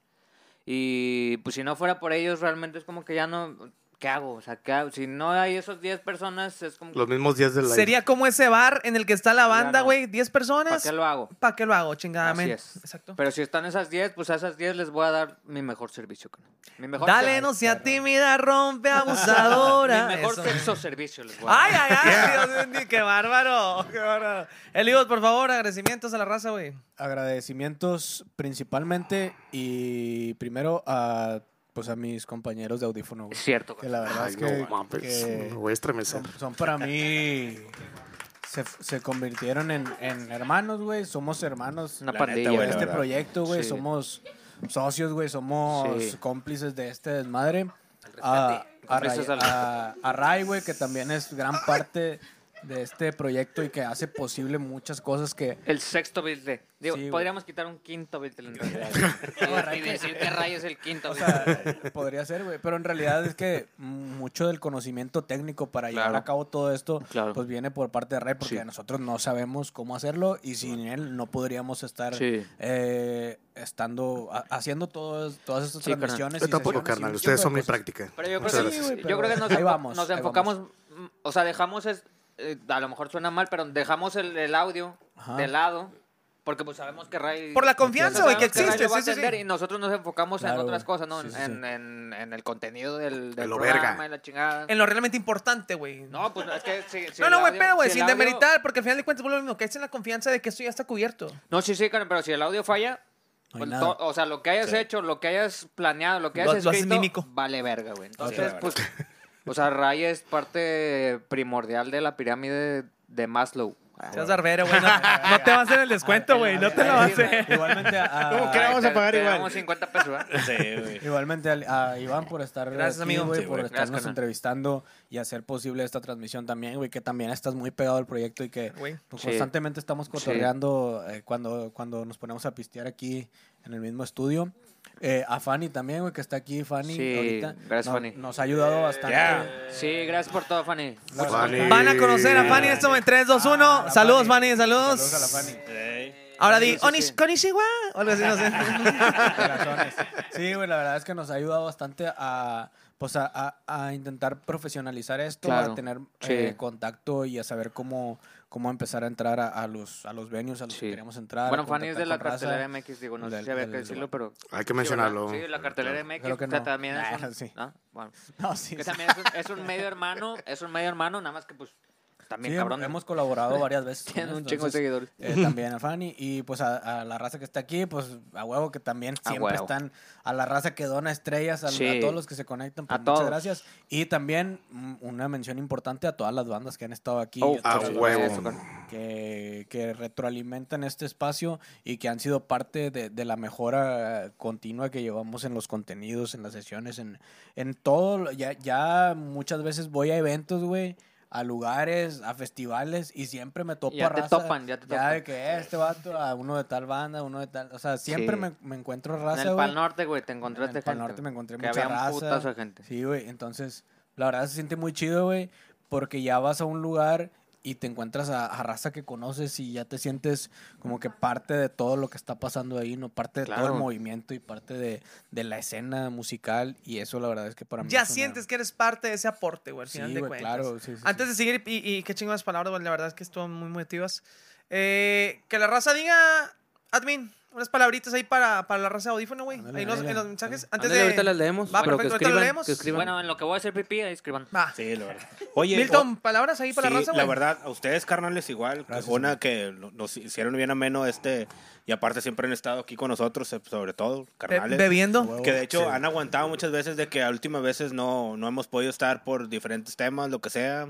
C: Y pues si no fuera por ellos, realmente es como que ya no. ¿Qué hago? O sea, ¿qué hago? Si no hay esos 10 personas, es como. que,
B: Los mismos días del live.
A: Sería como ese bar en el que está la banda,
C: no.
A: güey. 10
C: ¿Para
A: personas.
C: qué lo hago?
A: ¿Para qué lo hago?
C: Así
A: Chingadamente.
C: es.
A: Exacto.
C: Pero si están esas 10, pues a esas 10 les voy a dar mi mejor servicio. carnal. Mi mejor
A: Dale,
C: ser-
A: no sea tímida, rompe
C: Mi
A: abusadora.
C: mejor
A: Eso.
C: sexo servicio les voy a
A: Ay,
C: dar.
A: ay, ay, Dios mío, qué bárbaro. Qué bárbaro. Eliud, por favor, agradecimientos a la raza, güey.
F: Agradecimientos principalmente y primero a, pues a mis compañeros de audífono, güey,
C: Es cierto,
F: que
C: güey.
F: la verdad
B: Ay,
F: es que,
B: no mames.
F: que
B: Me voy a estremecer.
F: son, son para mí... Se, se convirtieron en, en hermanos, güey. Somos hermanos.
C: Una
D: La
C: pandilla.
D: neta,
F: en
D: güey, la
F: este
D: verdad.
F: proyecto, güey.
C: Sí.
F: Somos socios, güey. Somos
C: Sí.
F: cómplices de este desmadre. A, a, Ray,
C: Cómplices al-
F: a- a Ray, güey, que también es gran parte de este proyecto y que hace posible muchas cosas que...
C: el sexto bitle. Digo,
F: Sí, güey.
C: podríamos quitar un quinto bitle. en realidad, güey. y, y decir que Ray es el quinto
F: O
C: bitle.
F: sea, podría ser, güey. Pero en realidad es que mucho del conocimiento técnico para llevar
C: Claro.
F: a cabo todo esto,
C: Claro.
F: pues viene por parte de Ray, porque
C: Sí.
F: nosotros no sabemos cómo hacerlo y sin él no podríamos estar
C: Sí.
F: eh, estando ha- haciendo todo- todas estas
C: Sí, carnal.
F: transmisiones.
B: Yo
F: y
B: tampoco,
F: sesiones y
B: carnal.
F: un
B: Ustedes son
F: chingo
B: mi
F: de cosas.
B: práctica.
C: Pero yo creo,
B: Muchas
C: que,
B: gracias.
F: Sí, güey,
C: yo creo que
F: pero
C: nos,
F: ahí
C: enfo-
F: vamos,
C: nos
F: ahí
C: enfocamos, mm, o sea, dejamos, es- eh, a lo mejor suena mal, pero dejamos el, el audio
F: Ajá.
C: de lado, porque pues sabemos que Ray...
A: Por la confianza,
C: o sea,
A: güey, que
C: sabemos Ray
A: existe.
C: lo va a
A: Sí, sí, sí.
C: atender Y nosotros nos enfocamos en
F: Claro,
C: otras
F: güey.
C: cosas, ¿no?
F: Sí, sí,
C: en,
F: sí.
C: en- en el contenido del, del
B: En lo
C: programa,
B: verga.
C: en la chingada.
A: En lo realmente importante, güey. No,
C: No, pues es que si, si
A: no,
C: el
A: no, güey,
C: audio-
A: pedo, güey.
C: si el
A: sin
C: audio-
A: demeritar, porque al final de cuentas es lo mismo. Que es en la confianza de que esto ya está cubierto.
C: No, sí, sí, Karen, pero si el audio falla,
F: No hay
C: pues,
F: nada.
C: to- o sea, lo que hayas hecho, lo que hayas planeado, lo que
A: Lo-
C: hayas
A: lo haces
C: escrito,
A: mímico.
C: vale verga, güey. Entonces,
D: Sí.
C: pues, o sea, Ray es parte primordial de la pirámide de Maslow. Ah,
A: Seas barbero, güey. No, no te va a hacer el descuento, güey. No te lo
C: oh,
A: va a hacer.
F: Igualmente a,
D: ¿Cómo que
C: Ay,
D: la vamos a
C: te-
D: pagar
C: te
D: igual?
C: damos 50 pesos, ¿verdad?
D: Sí, güey.
F: Igualmente al- a Iván por estar
A: Gracias,
F: aquí,
A: amigo.
F: güey,
D: Sí,
F: por
D: güey.
F: estarnos
C: Gracias, carnal.
F: entrevistando y hacer posible esta transmisión también, güey, que también estás muy pegado al proyecto y que
A: Güey.
F: pues,
C: Sí.
F: constantemente estamos cotorreando eh, cuando, cuando nos ponemos a pistear aquí en el mismo estudio. Eh, a Fanny también, güey, que está aquí, Fanny.
C: Sí,
F: ahorita.
C: gracias,
F: No-
C: Fanny.
F: Nos ha ayudado bastante.
D: Yeah.
C: Sí, gracias por todo, Fanny.
F: La-
B: Fanny.
A: Van a conocer a Fanny en este momento. 3, 2, 1.
C: Ah,
F: la
A: saludos,
F: Fanny.
A: Fanny, saludos.
F: Saludos a la Fanny.
D: Ey.
A: Ahora
C: Sí,
A: di,
C: sí,
A: Onis,
C: sí.
A: Konishiwa. O algo así, no sé.
F: Corazones. Sí, güey, la verdad es que nos ha ayudado bastante a, pues a, a- a intentar profesionalizar esto,
C: Claro,
F: a tener
C: sí.
F: eh, contacto y a saber cómo, cómo empezar a entrar a, a los, a los venues a los
C: Sí.
F: que queremos entrar.
C: bueno,
F: a
C: Fanny es de la
F: contactar con raza.
C: cartelera MX, digo, no sé
F: del-
C: si había
F: del-
C: que decirlo, pero...
B: Hay que mencionarlo.
C: Sí, ¿verdad? Sí, la cartelera MX.
F: Creo que
C: o sea,
F: no.
C: también es
F: Ah,
C: un,
F: sí.
C: ¿no? Bueno,
F: No, sí,
C: que
F: sí.
C: también es un, es un medio hermano, es un medio hermano, nada más que pues también
F: Sí,
C: cabrón.
F: hemos colaborado varias veces. con
C: Tiene
F: ellos,
C: un chingo de
F: entonces,
C: seguidores.
F: eh, también a Fanny y pues a, a la raza que está aquí, pues a huevo que también
C: A
F: siempre
C: huevo.
F: están a la raza que dona estrellas, a, a
C: Sí.
F: todos los que se conectan,
C: A
F: pues, muchas
C: todos.
F: gracias. Y también mm, una mención importante a todas las bandas que han estado aquí,
C: Oh,
F: a
B: A
F: todas las
B: huevo.
F: bandas Que, que retroalimentan este espacio y que han sido parte de, de la mejora continua que llevamos en los contenidos, en las sesiones, en, en todo, lo- ya, ya muchas veces voy a eventos, güey, a lugares, a festivales, y siempre me topo
C: Ya
F: a
C: te
F: raza.
C: topan, ya te topan.
F: de que este vato, a uno de tal banda, uno de tal. O sea, siempre
C: Sí.
F: me, me encuentro
C: En
F: raza,
C: el
F: güey.
C: Pal Norte, güey, te
F: En el
C: encontraste
F: Pal
C: gente.
F: Norte me encontré
C: que
F: mucha
C: había
F: raza.
C: un putazo de gente.
F: Sí, güey. Entonces, la verdad se siente muy chido, güey, porque ya vas a un lugar y te encuentras a, a raza que conoces y ya te sientes como que parte de todo lo que está pasando ahí, no parte de todo
C: Claro.
F: el movimiento y parte de, de la escena musical. Y eso, la verdad es que para mí.
A: Ya
F: es una-
A: sientes que eres parte de ese aporte, güey, al final
F: Sí,
A: de
F: güey,
A: cuentas.
F: claro, sí, sí,
A: Antes de seguir, y, y qué chingadas palabras, güey, la verdad es que estuvieron muy motivas. Eh, que la raza diga, admin, unas palabritas ahí para, para la raza de audífono, güey.
F: Ándale,
A: Ahí los-
F: ándale.
A: en los mensajes. Antes
E: Ándale,
A: de...
E: ahorita las leemos,
A: Va,
E: pero
A: perfecto,
E: que
A: ahorita
E: escriban,
A: lo leemos.
E: que escriban.
C: Bueno, en lo que voy a hacer pipí, ahí escriban.
A: Va.
D: Sí, la verdad. Oye,
A: Milton, palabras ahí para
D: Sí,
A: la raza, güey.
D: verdad, a ustedes, carnales, igual. que
F: Gracias,
D: una que lo- nos hicieron bien ameno este. Y aparte siempre han estado aquí con nosotros, eh, sobre todo,
A: Be-
D: carnales.
A: bebiendo.
D: Que de hecho han aguantado muchas veces de que a últimas veces no, no hemos podido estar por diferentes temas, lo que sea.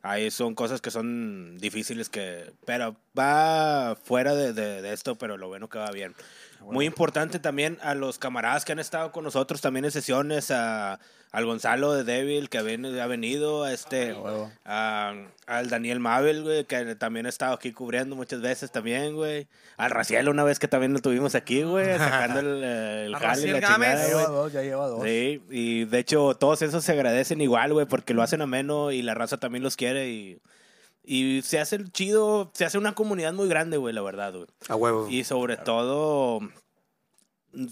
D: Ahí son cosas que son difíciles que... Pero va fuera de, de- de esto, pero lo bueno que va bien. Muy importante también a los camaradas que han estado con nosotros también en sesiones, a, al Gonzalo de Devil que ven- ha venido, a este,
F: huevo.
D: a- al Daniel Mabel, güey, que también ha estado aquí cubriendo muchas veces también, güey. Al Raciel una vez que también lo tuvimos aquí, güey, sacando el, eh, el
A: A
D: jale y
A: Raciel
D: la
A: Gámez.
F: Ya
D: chingada,
A: Ay,
D: güey.
F: lleva dos, ya lleva dos.
D: Sí, y de hecho todos esos se agradecen igual, güey, porque lo hacen ameno y la raza también los quiere y, y se hace el chido, se hace una comunidad muy grande, güey, la verdad, güey.
B: A huevo.
D: Y sobre todo, mm,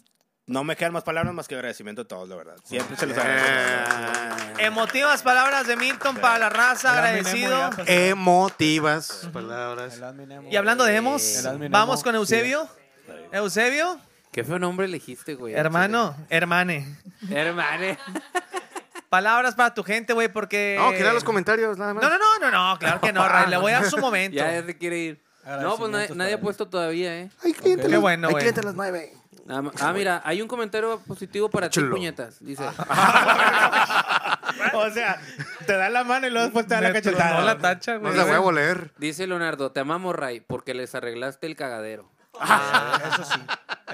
D: no me quedan más palabras más que agradecimiento a todos, la verdad. Siempre se los agradezco.
B: Eh,
A: Emotivas palabras de Milton para la raza,
F: El admin Nemo
A: agradecido.
F: ya pasó.
B: Emotivas
F: El
B: palabras.
F: admin Nemo.
A: Y hablando de
F: El
A: hemos,
F: admin
A: vamos
F: Nemo,
A: con
F: sí.
A: Eusebio. Eusebio,
E: Qué feo nombre elegiste, güey.
A: hermano, hermane.
E: Hermane.
A: Palabras para tu gente, güey, porque...
B: No, que eran los comentarios, nada más.
A: Eh, No, no, no, no, no, claro que no, Ray. Le voy a dar su momento.
E: Ya, ya se quiere ir. No, pues nadie,
F: Agradecimientos
E: nadie ha
F: para
E: puesto todavía, ¿eh?
B: Hay cliente
A: Qué bueno, güey.
B: a las nueve.
E: Nada ma- Ah, mira, hay un comentario positivo para ti,
B: Chulo.
E: puñetas. Dice,
A: Ah.
D: o sea, te da la mano y luego después te da la
A: Me tronó
D: cachetada.
A: la tacha,
B: No
A: güey.
B: la voy a volver.
E: dice Leonardo, te amamos, Ray, porque les arreglaste el cagadero.
F: Eso sí.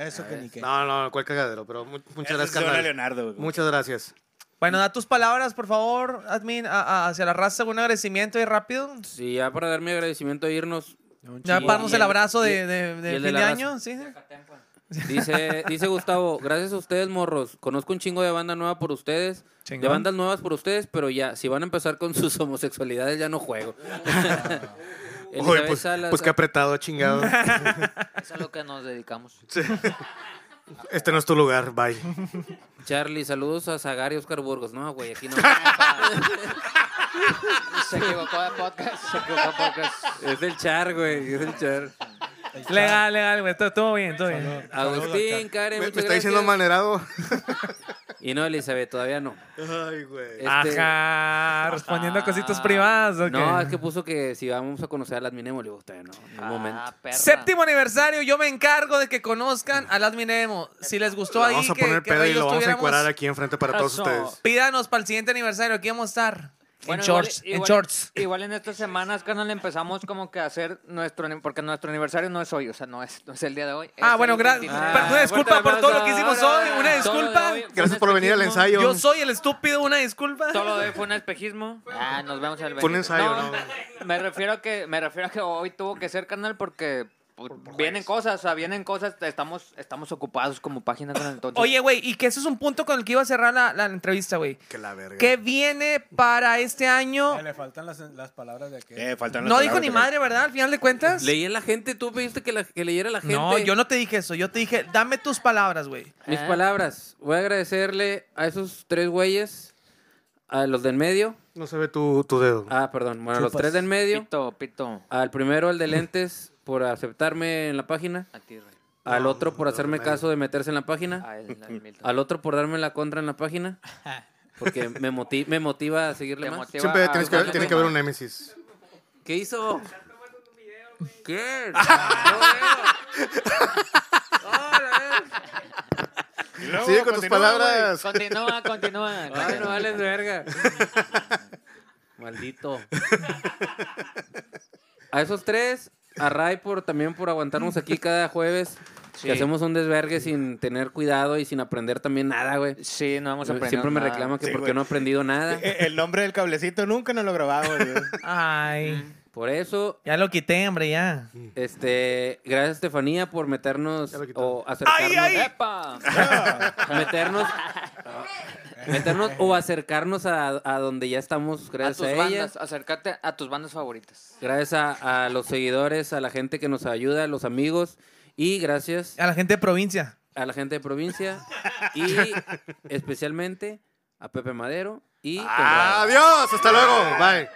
F: Eso que ni qué.
B: No, no, cuál cagadero, pero mu- muchas
D: Eso
B: gracias,
D: es una
B: carnal.
D: Leonardo, güey.
B: Muchas gracias.
A: Bueno, da tus palabras, por favor, admin, a- a- hacia la raza, un agradecimiento y rápido.
E: Sí, ya para dar mi agradecimiento e irnos.
A: Ya
E: Sí,
A: para darnos
E: y
A: el
E: el-
A: abrazo
E: y-
A: de, de, de
E: y el de
A: fin
E: la
A: de
E: raza.
A: año, ¿sí?
E: Dice, dice Gustavo, gracias a ustedes, morros. Conozco un chingo de banda nueva por ustedes. De
A: Chingón.
E: bandas nuevas por ustedes, pero ya, si van a empezar con sus homosexualidades, ya no juego. Elizabeth
B: Oye, pues,
E: Salas,
B: pues qué apretado, chingado.
C: Es a lo que nos dedicamos.
B: este no es tu lugar, bye.
E: Charlie, saludos a Zagar y Oscar Burgos. No, güey, aquí no.
C: se equivocó de podcast, Ah, se equivocó de podcast.
E: es el Char, güey, es el Char.
A: Legal, legal, güey. Todo, todo bien, todo bien.
E: Agustín,
B: Me,
E: Karen,
B: me
E: muchas
B: está
E: gracias.
B: diciendo manerado.
E: Y no, Elizabeth, todavía no.
B: Ay, güey.
E: Este,
A: Ajá, respondiendo a cositas privadas, ¿o qué?
E: No, es que puso que si vamos a conocer a las Minemo, le digo, todavía no, en un momento.
C: Ah, perra.
A: Séptimo aniversario, yo me encargo de que conozcan al admin Nemo. Si les gustó ahí,
B: vamos a
A: que-
B: poner
A: que
B: pedo y
A: ellos
B: lo vamos a
A: tuviéramos,
B: encuadrar aquí enfrente para todos
C: Eso.
B: ustedes.
A: Pídanos para el siguiente aniversario, aquí vamos a estar.
C: Bueno,
A: en
C: igual-
A: shorts, en
C: igual- este,
A: shorts.
C: Igual en estas semanas, carnal, empezamos como que a hacer nuestro... ani- Porque nuestro aniversario no es hoy, o sea, no es, no es el día de hoy.
A: Ah,
C: es
A: bueno,
C: el
A: gra-
C: 29.
A: Perdón, una disculpa
E: fuerte
A: por todo lo
E: abrazo.
A: que hicimos
E: Ahora,
A: hoy. Una
C: Ah, Todo lo de
A: disculpa.
C: hoy fue un
B: Gracias por venir al
C: espejismo.
B: ensayo.
A: Yo soy el estúpido, una disculpa.
C: Todo lo de hoy fue un espejismo. Ah, nos vemos el
B: Fue un
C: 20.
B: ensayo, ¿no?
C: Me refiero a que me refiero a que hoy tuvo que ser canal porque pues, vienen cosas, o sea, vienen cosas, estamos, estamos ocupados como página con el entonces.
A: Oye, güey, y que ese es un punto con el que iba a cerrar la, la entrevista, güey.
B: Que la verga.
A: ¿Qué viene para este año?
F: Ya Le faltan las, las palabras de aquel.
D: Eh, faltan las
A: No dijo
D: palabras
A: ni
D: de-
A: madre, ¿verdad? Al final de cuentas.
E: Leí en la gente, tú pediste que, la- que leyera la gente.
A: No, yo no te dije eso. Yo te dije, dame tus palabras, güey.
E: Mis
C: Ah.
E: palabras. Voy a agradecerle a esos tres güeyes, a los del medio.
B: No se ve tu, tu dedo.
E: Ah, perdón. Bueno, a los
F: Chupas.
E: tres del medio.
C: Pito, pito.
E: Al primero, al de lentes, por aceptarme en la página.
C: A ti, Rey.
E: Al
B: No,
E: otro, por
B: los del
E: hacerme
B: medio.
E: caso de meterse en la página.
C: A él, a Milton.
E: Al otro, por darme la contra en la página. Porque me, moti- me motiva a seguirle
C: Te
E: más.
C: motiva
B: Siempre
C: a-
B: tienes que,
C: a-
B: tiene que haber un némesis.
E: ¿Qué hizo? ¿Qué?
D: Y luego,
B: Sigue con tus
D: continúa,
B: palabras.
C: Continúa, continúa.
E: Ay, no
C: continúa.
E: vales verga. Maldito. A esos tres, a Ray por también por aguantarnos aquí cada jueves.
C: Sí.
E: Que hacemos un desvergue sin tener cuidado y sin aprender también nada, güey.
C: Sí, no vamos a aprender.
E: Siempre me
C: nada.
E: reclama que
D: Sí,
E: porque
D: güey.
E: no he aprendido nada.
D: güey. Eh, El nombre del cablecito nunca nos lo grabamos. güey.
A: Este Ay,
E: Por eso,
A: ya lo quité, hombre, ya.
E: este, gracias Estefanía por meternos
B: Ya lo quitamos.
E: o acercarnos.
A: ay!
C: ¡Epa!
E: meternos meternos o acercarnos a, a donde ya estamos
C: A
E: gracias
C: tus
E: a, ellas
C: bandas, acércate a tus bandas favoritas.
E: gracias a, a los seguidores a la gente que nos ayuda a los amigos y gracias
A: A la gente de provincia.
E: a la gente de provincia y especialmente a Pepe Madero y
C: Ah,
E: Conrado.
B: Adiós, hasta luego. Bye.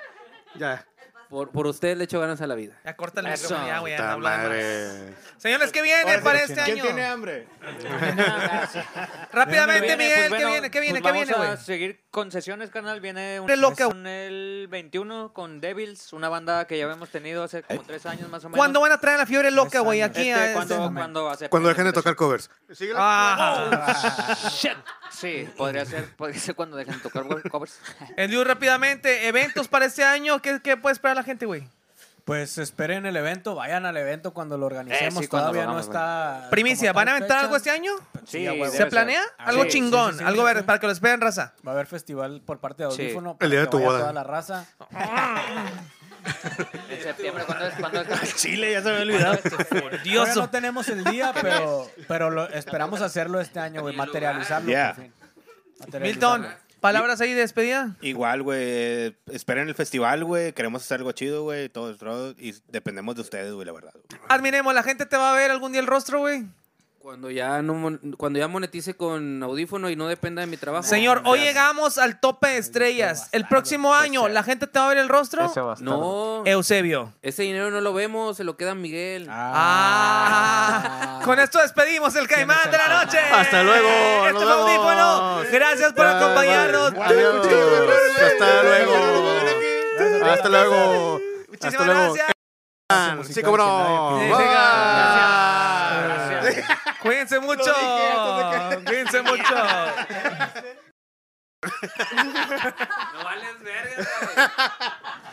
B: Ya.
E: por, por ustedes le echo ganas a la vida
A: Ya corta el
C: Eso.
A: micrófono, ya, güey. ya no
B: Ta
A: habla de más.
B: madre.
A: Señores, ¿qué viene
D: Ahora sí,
A: para este
D: ¿Quién
A: año?
D: tiene hambre?
A: Rápidamente,
C: Viene,
A: Miguel,
C: pues,
A: ¿qué
C: bueno,
A: viene? ¿Qué viene?
C: pues
A: ¿Qué viene,
C: Vamos
A: güey?
C: a seguir con sesiones, canal. Viene un
A: Re loca.
C: con el 21 con Devils, una banda que ya habíamos tenido hace
B: Eh,
C: como tres años más o menos.
A: ¿Cuándo van a traer la fiebre loca, güey? Aquí
C: Este,
A: a
C: ¿cuándo-
A: este-
F: momento.
C: cuándo va a ser?
B: Cuando dejen de tocar covers. Síguela.
A: Ah,
C: Sí, podría ser, podría ser cuando dejen de tocar covers.
A: Eliu, rápidamente, eventos para este año, ¿qué, qué puede esperar la gente, güey?
F: Pues esperen el evento, vayan al evento cuando lo organicemos.
C: Eh, cuando
F: Todavía
C: lo hagamos,
F: no está.
A: Primicia,
F: como
A: ¿van a
F: tal
A: aventar
F: fecha.
A: algo este año?
F: Sí,
C: Sí,
F: a huevo.
C: debe
A: ¿Se
C: ser.
A: planea?
F: Ah,
A: Algo
F: sí, sí,
A: chingón,
F: sí, sí,
A: algo
F: sí.
A: verde, para que lo esperen, raza.
F: Va a haber festival por parte de
C: Sí.
F: Audífono.
B: El día de
F: para
B: tu
F: que vaya
B: boda.
F: Toda la raza.
C: En septiembre, ¿cuándo es? ¿Cuándo es?
D: Chile, ya se me había olvidado.
A: Por
F: Ahora
A: Dios.
F: no tenemos el día, pero, pero lo, esperamos hacerlo este año, güey. Materializarlo.
D: Yeah.
F: por fin.
A: Milton,
F: Materializarlo.
A: palabras ahí de despedida.
D: Igual, güey. eh, Esperen el festival, güey. Queremos hacer algo chido, güey. Todo el rollo, Y dependemos de ustedes, güey, la verdad. güey.
A: Admiremos, la gente te va a ver algún día el rostro, güey.
E: cuando ya no mon- cuando ya monetice con audífono y no dependa de mi trabajo
A: Señor, hoy llegamos al tope de estrellas. El próximo año, ¿la gente te va a ver el rostro?
E: no
A: Eusebio.
E: ese dinero no lo vemos se lo queda a Miguel
A: Ah, con esto despedimos el Caimán de la noche.
B: Hasta luego,
A: Esto
B: nos
A: fue
B: vemos.
A: Audífono. Gracias por
B: Bye,
A: acompañarnos.
B: bye. Adiós. Hasta luego. Hasta luego. Hasta
A: Muchísimas
B: luego.
A: gracias.
B: Sí, cómo no.
A: Sí,
B: Bye.
A: venga.
C: Gracias.
A: Cuídense mucho. Cuídense mucho.
E: no vales verga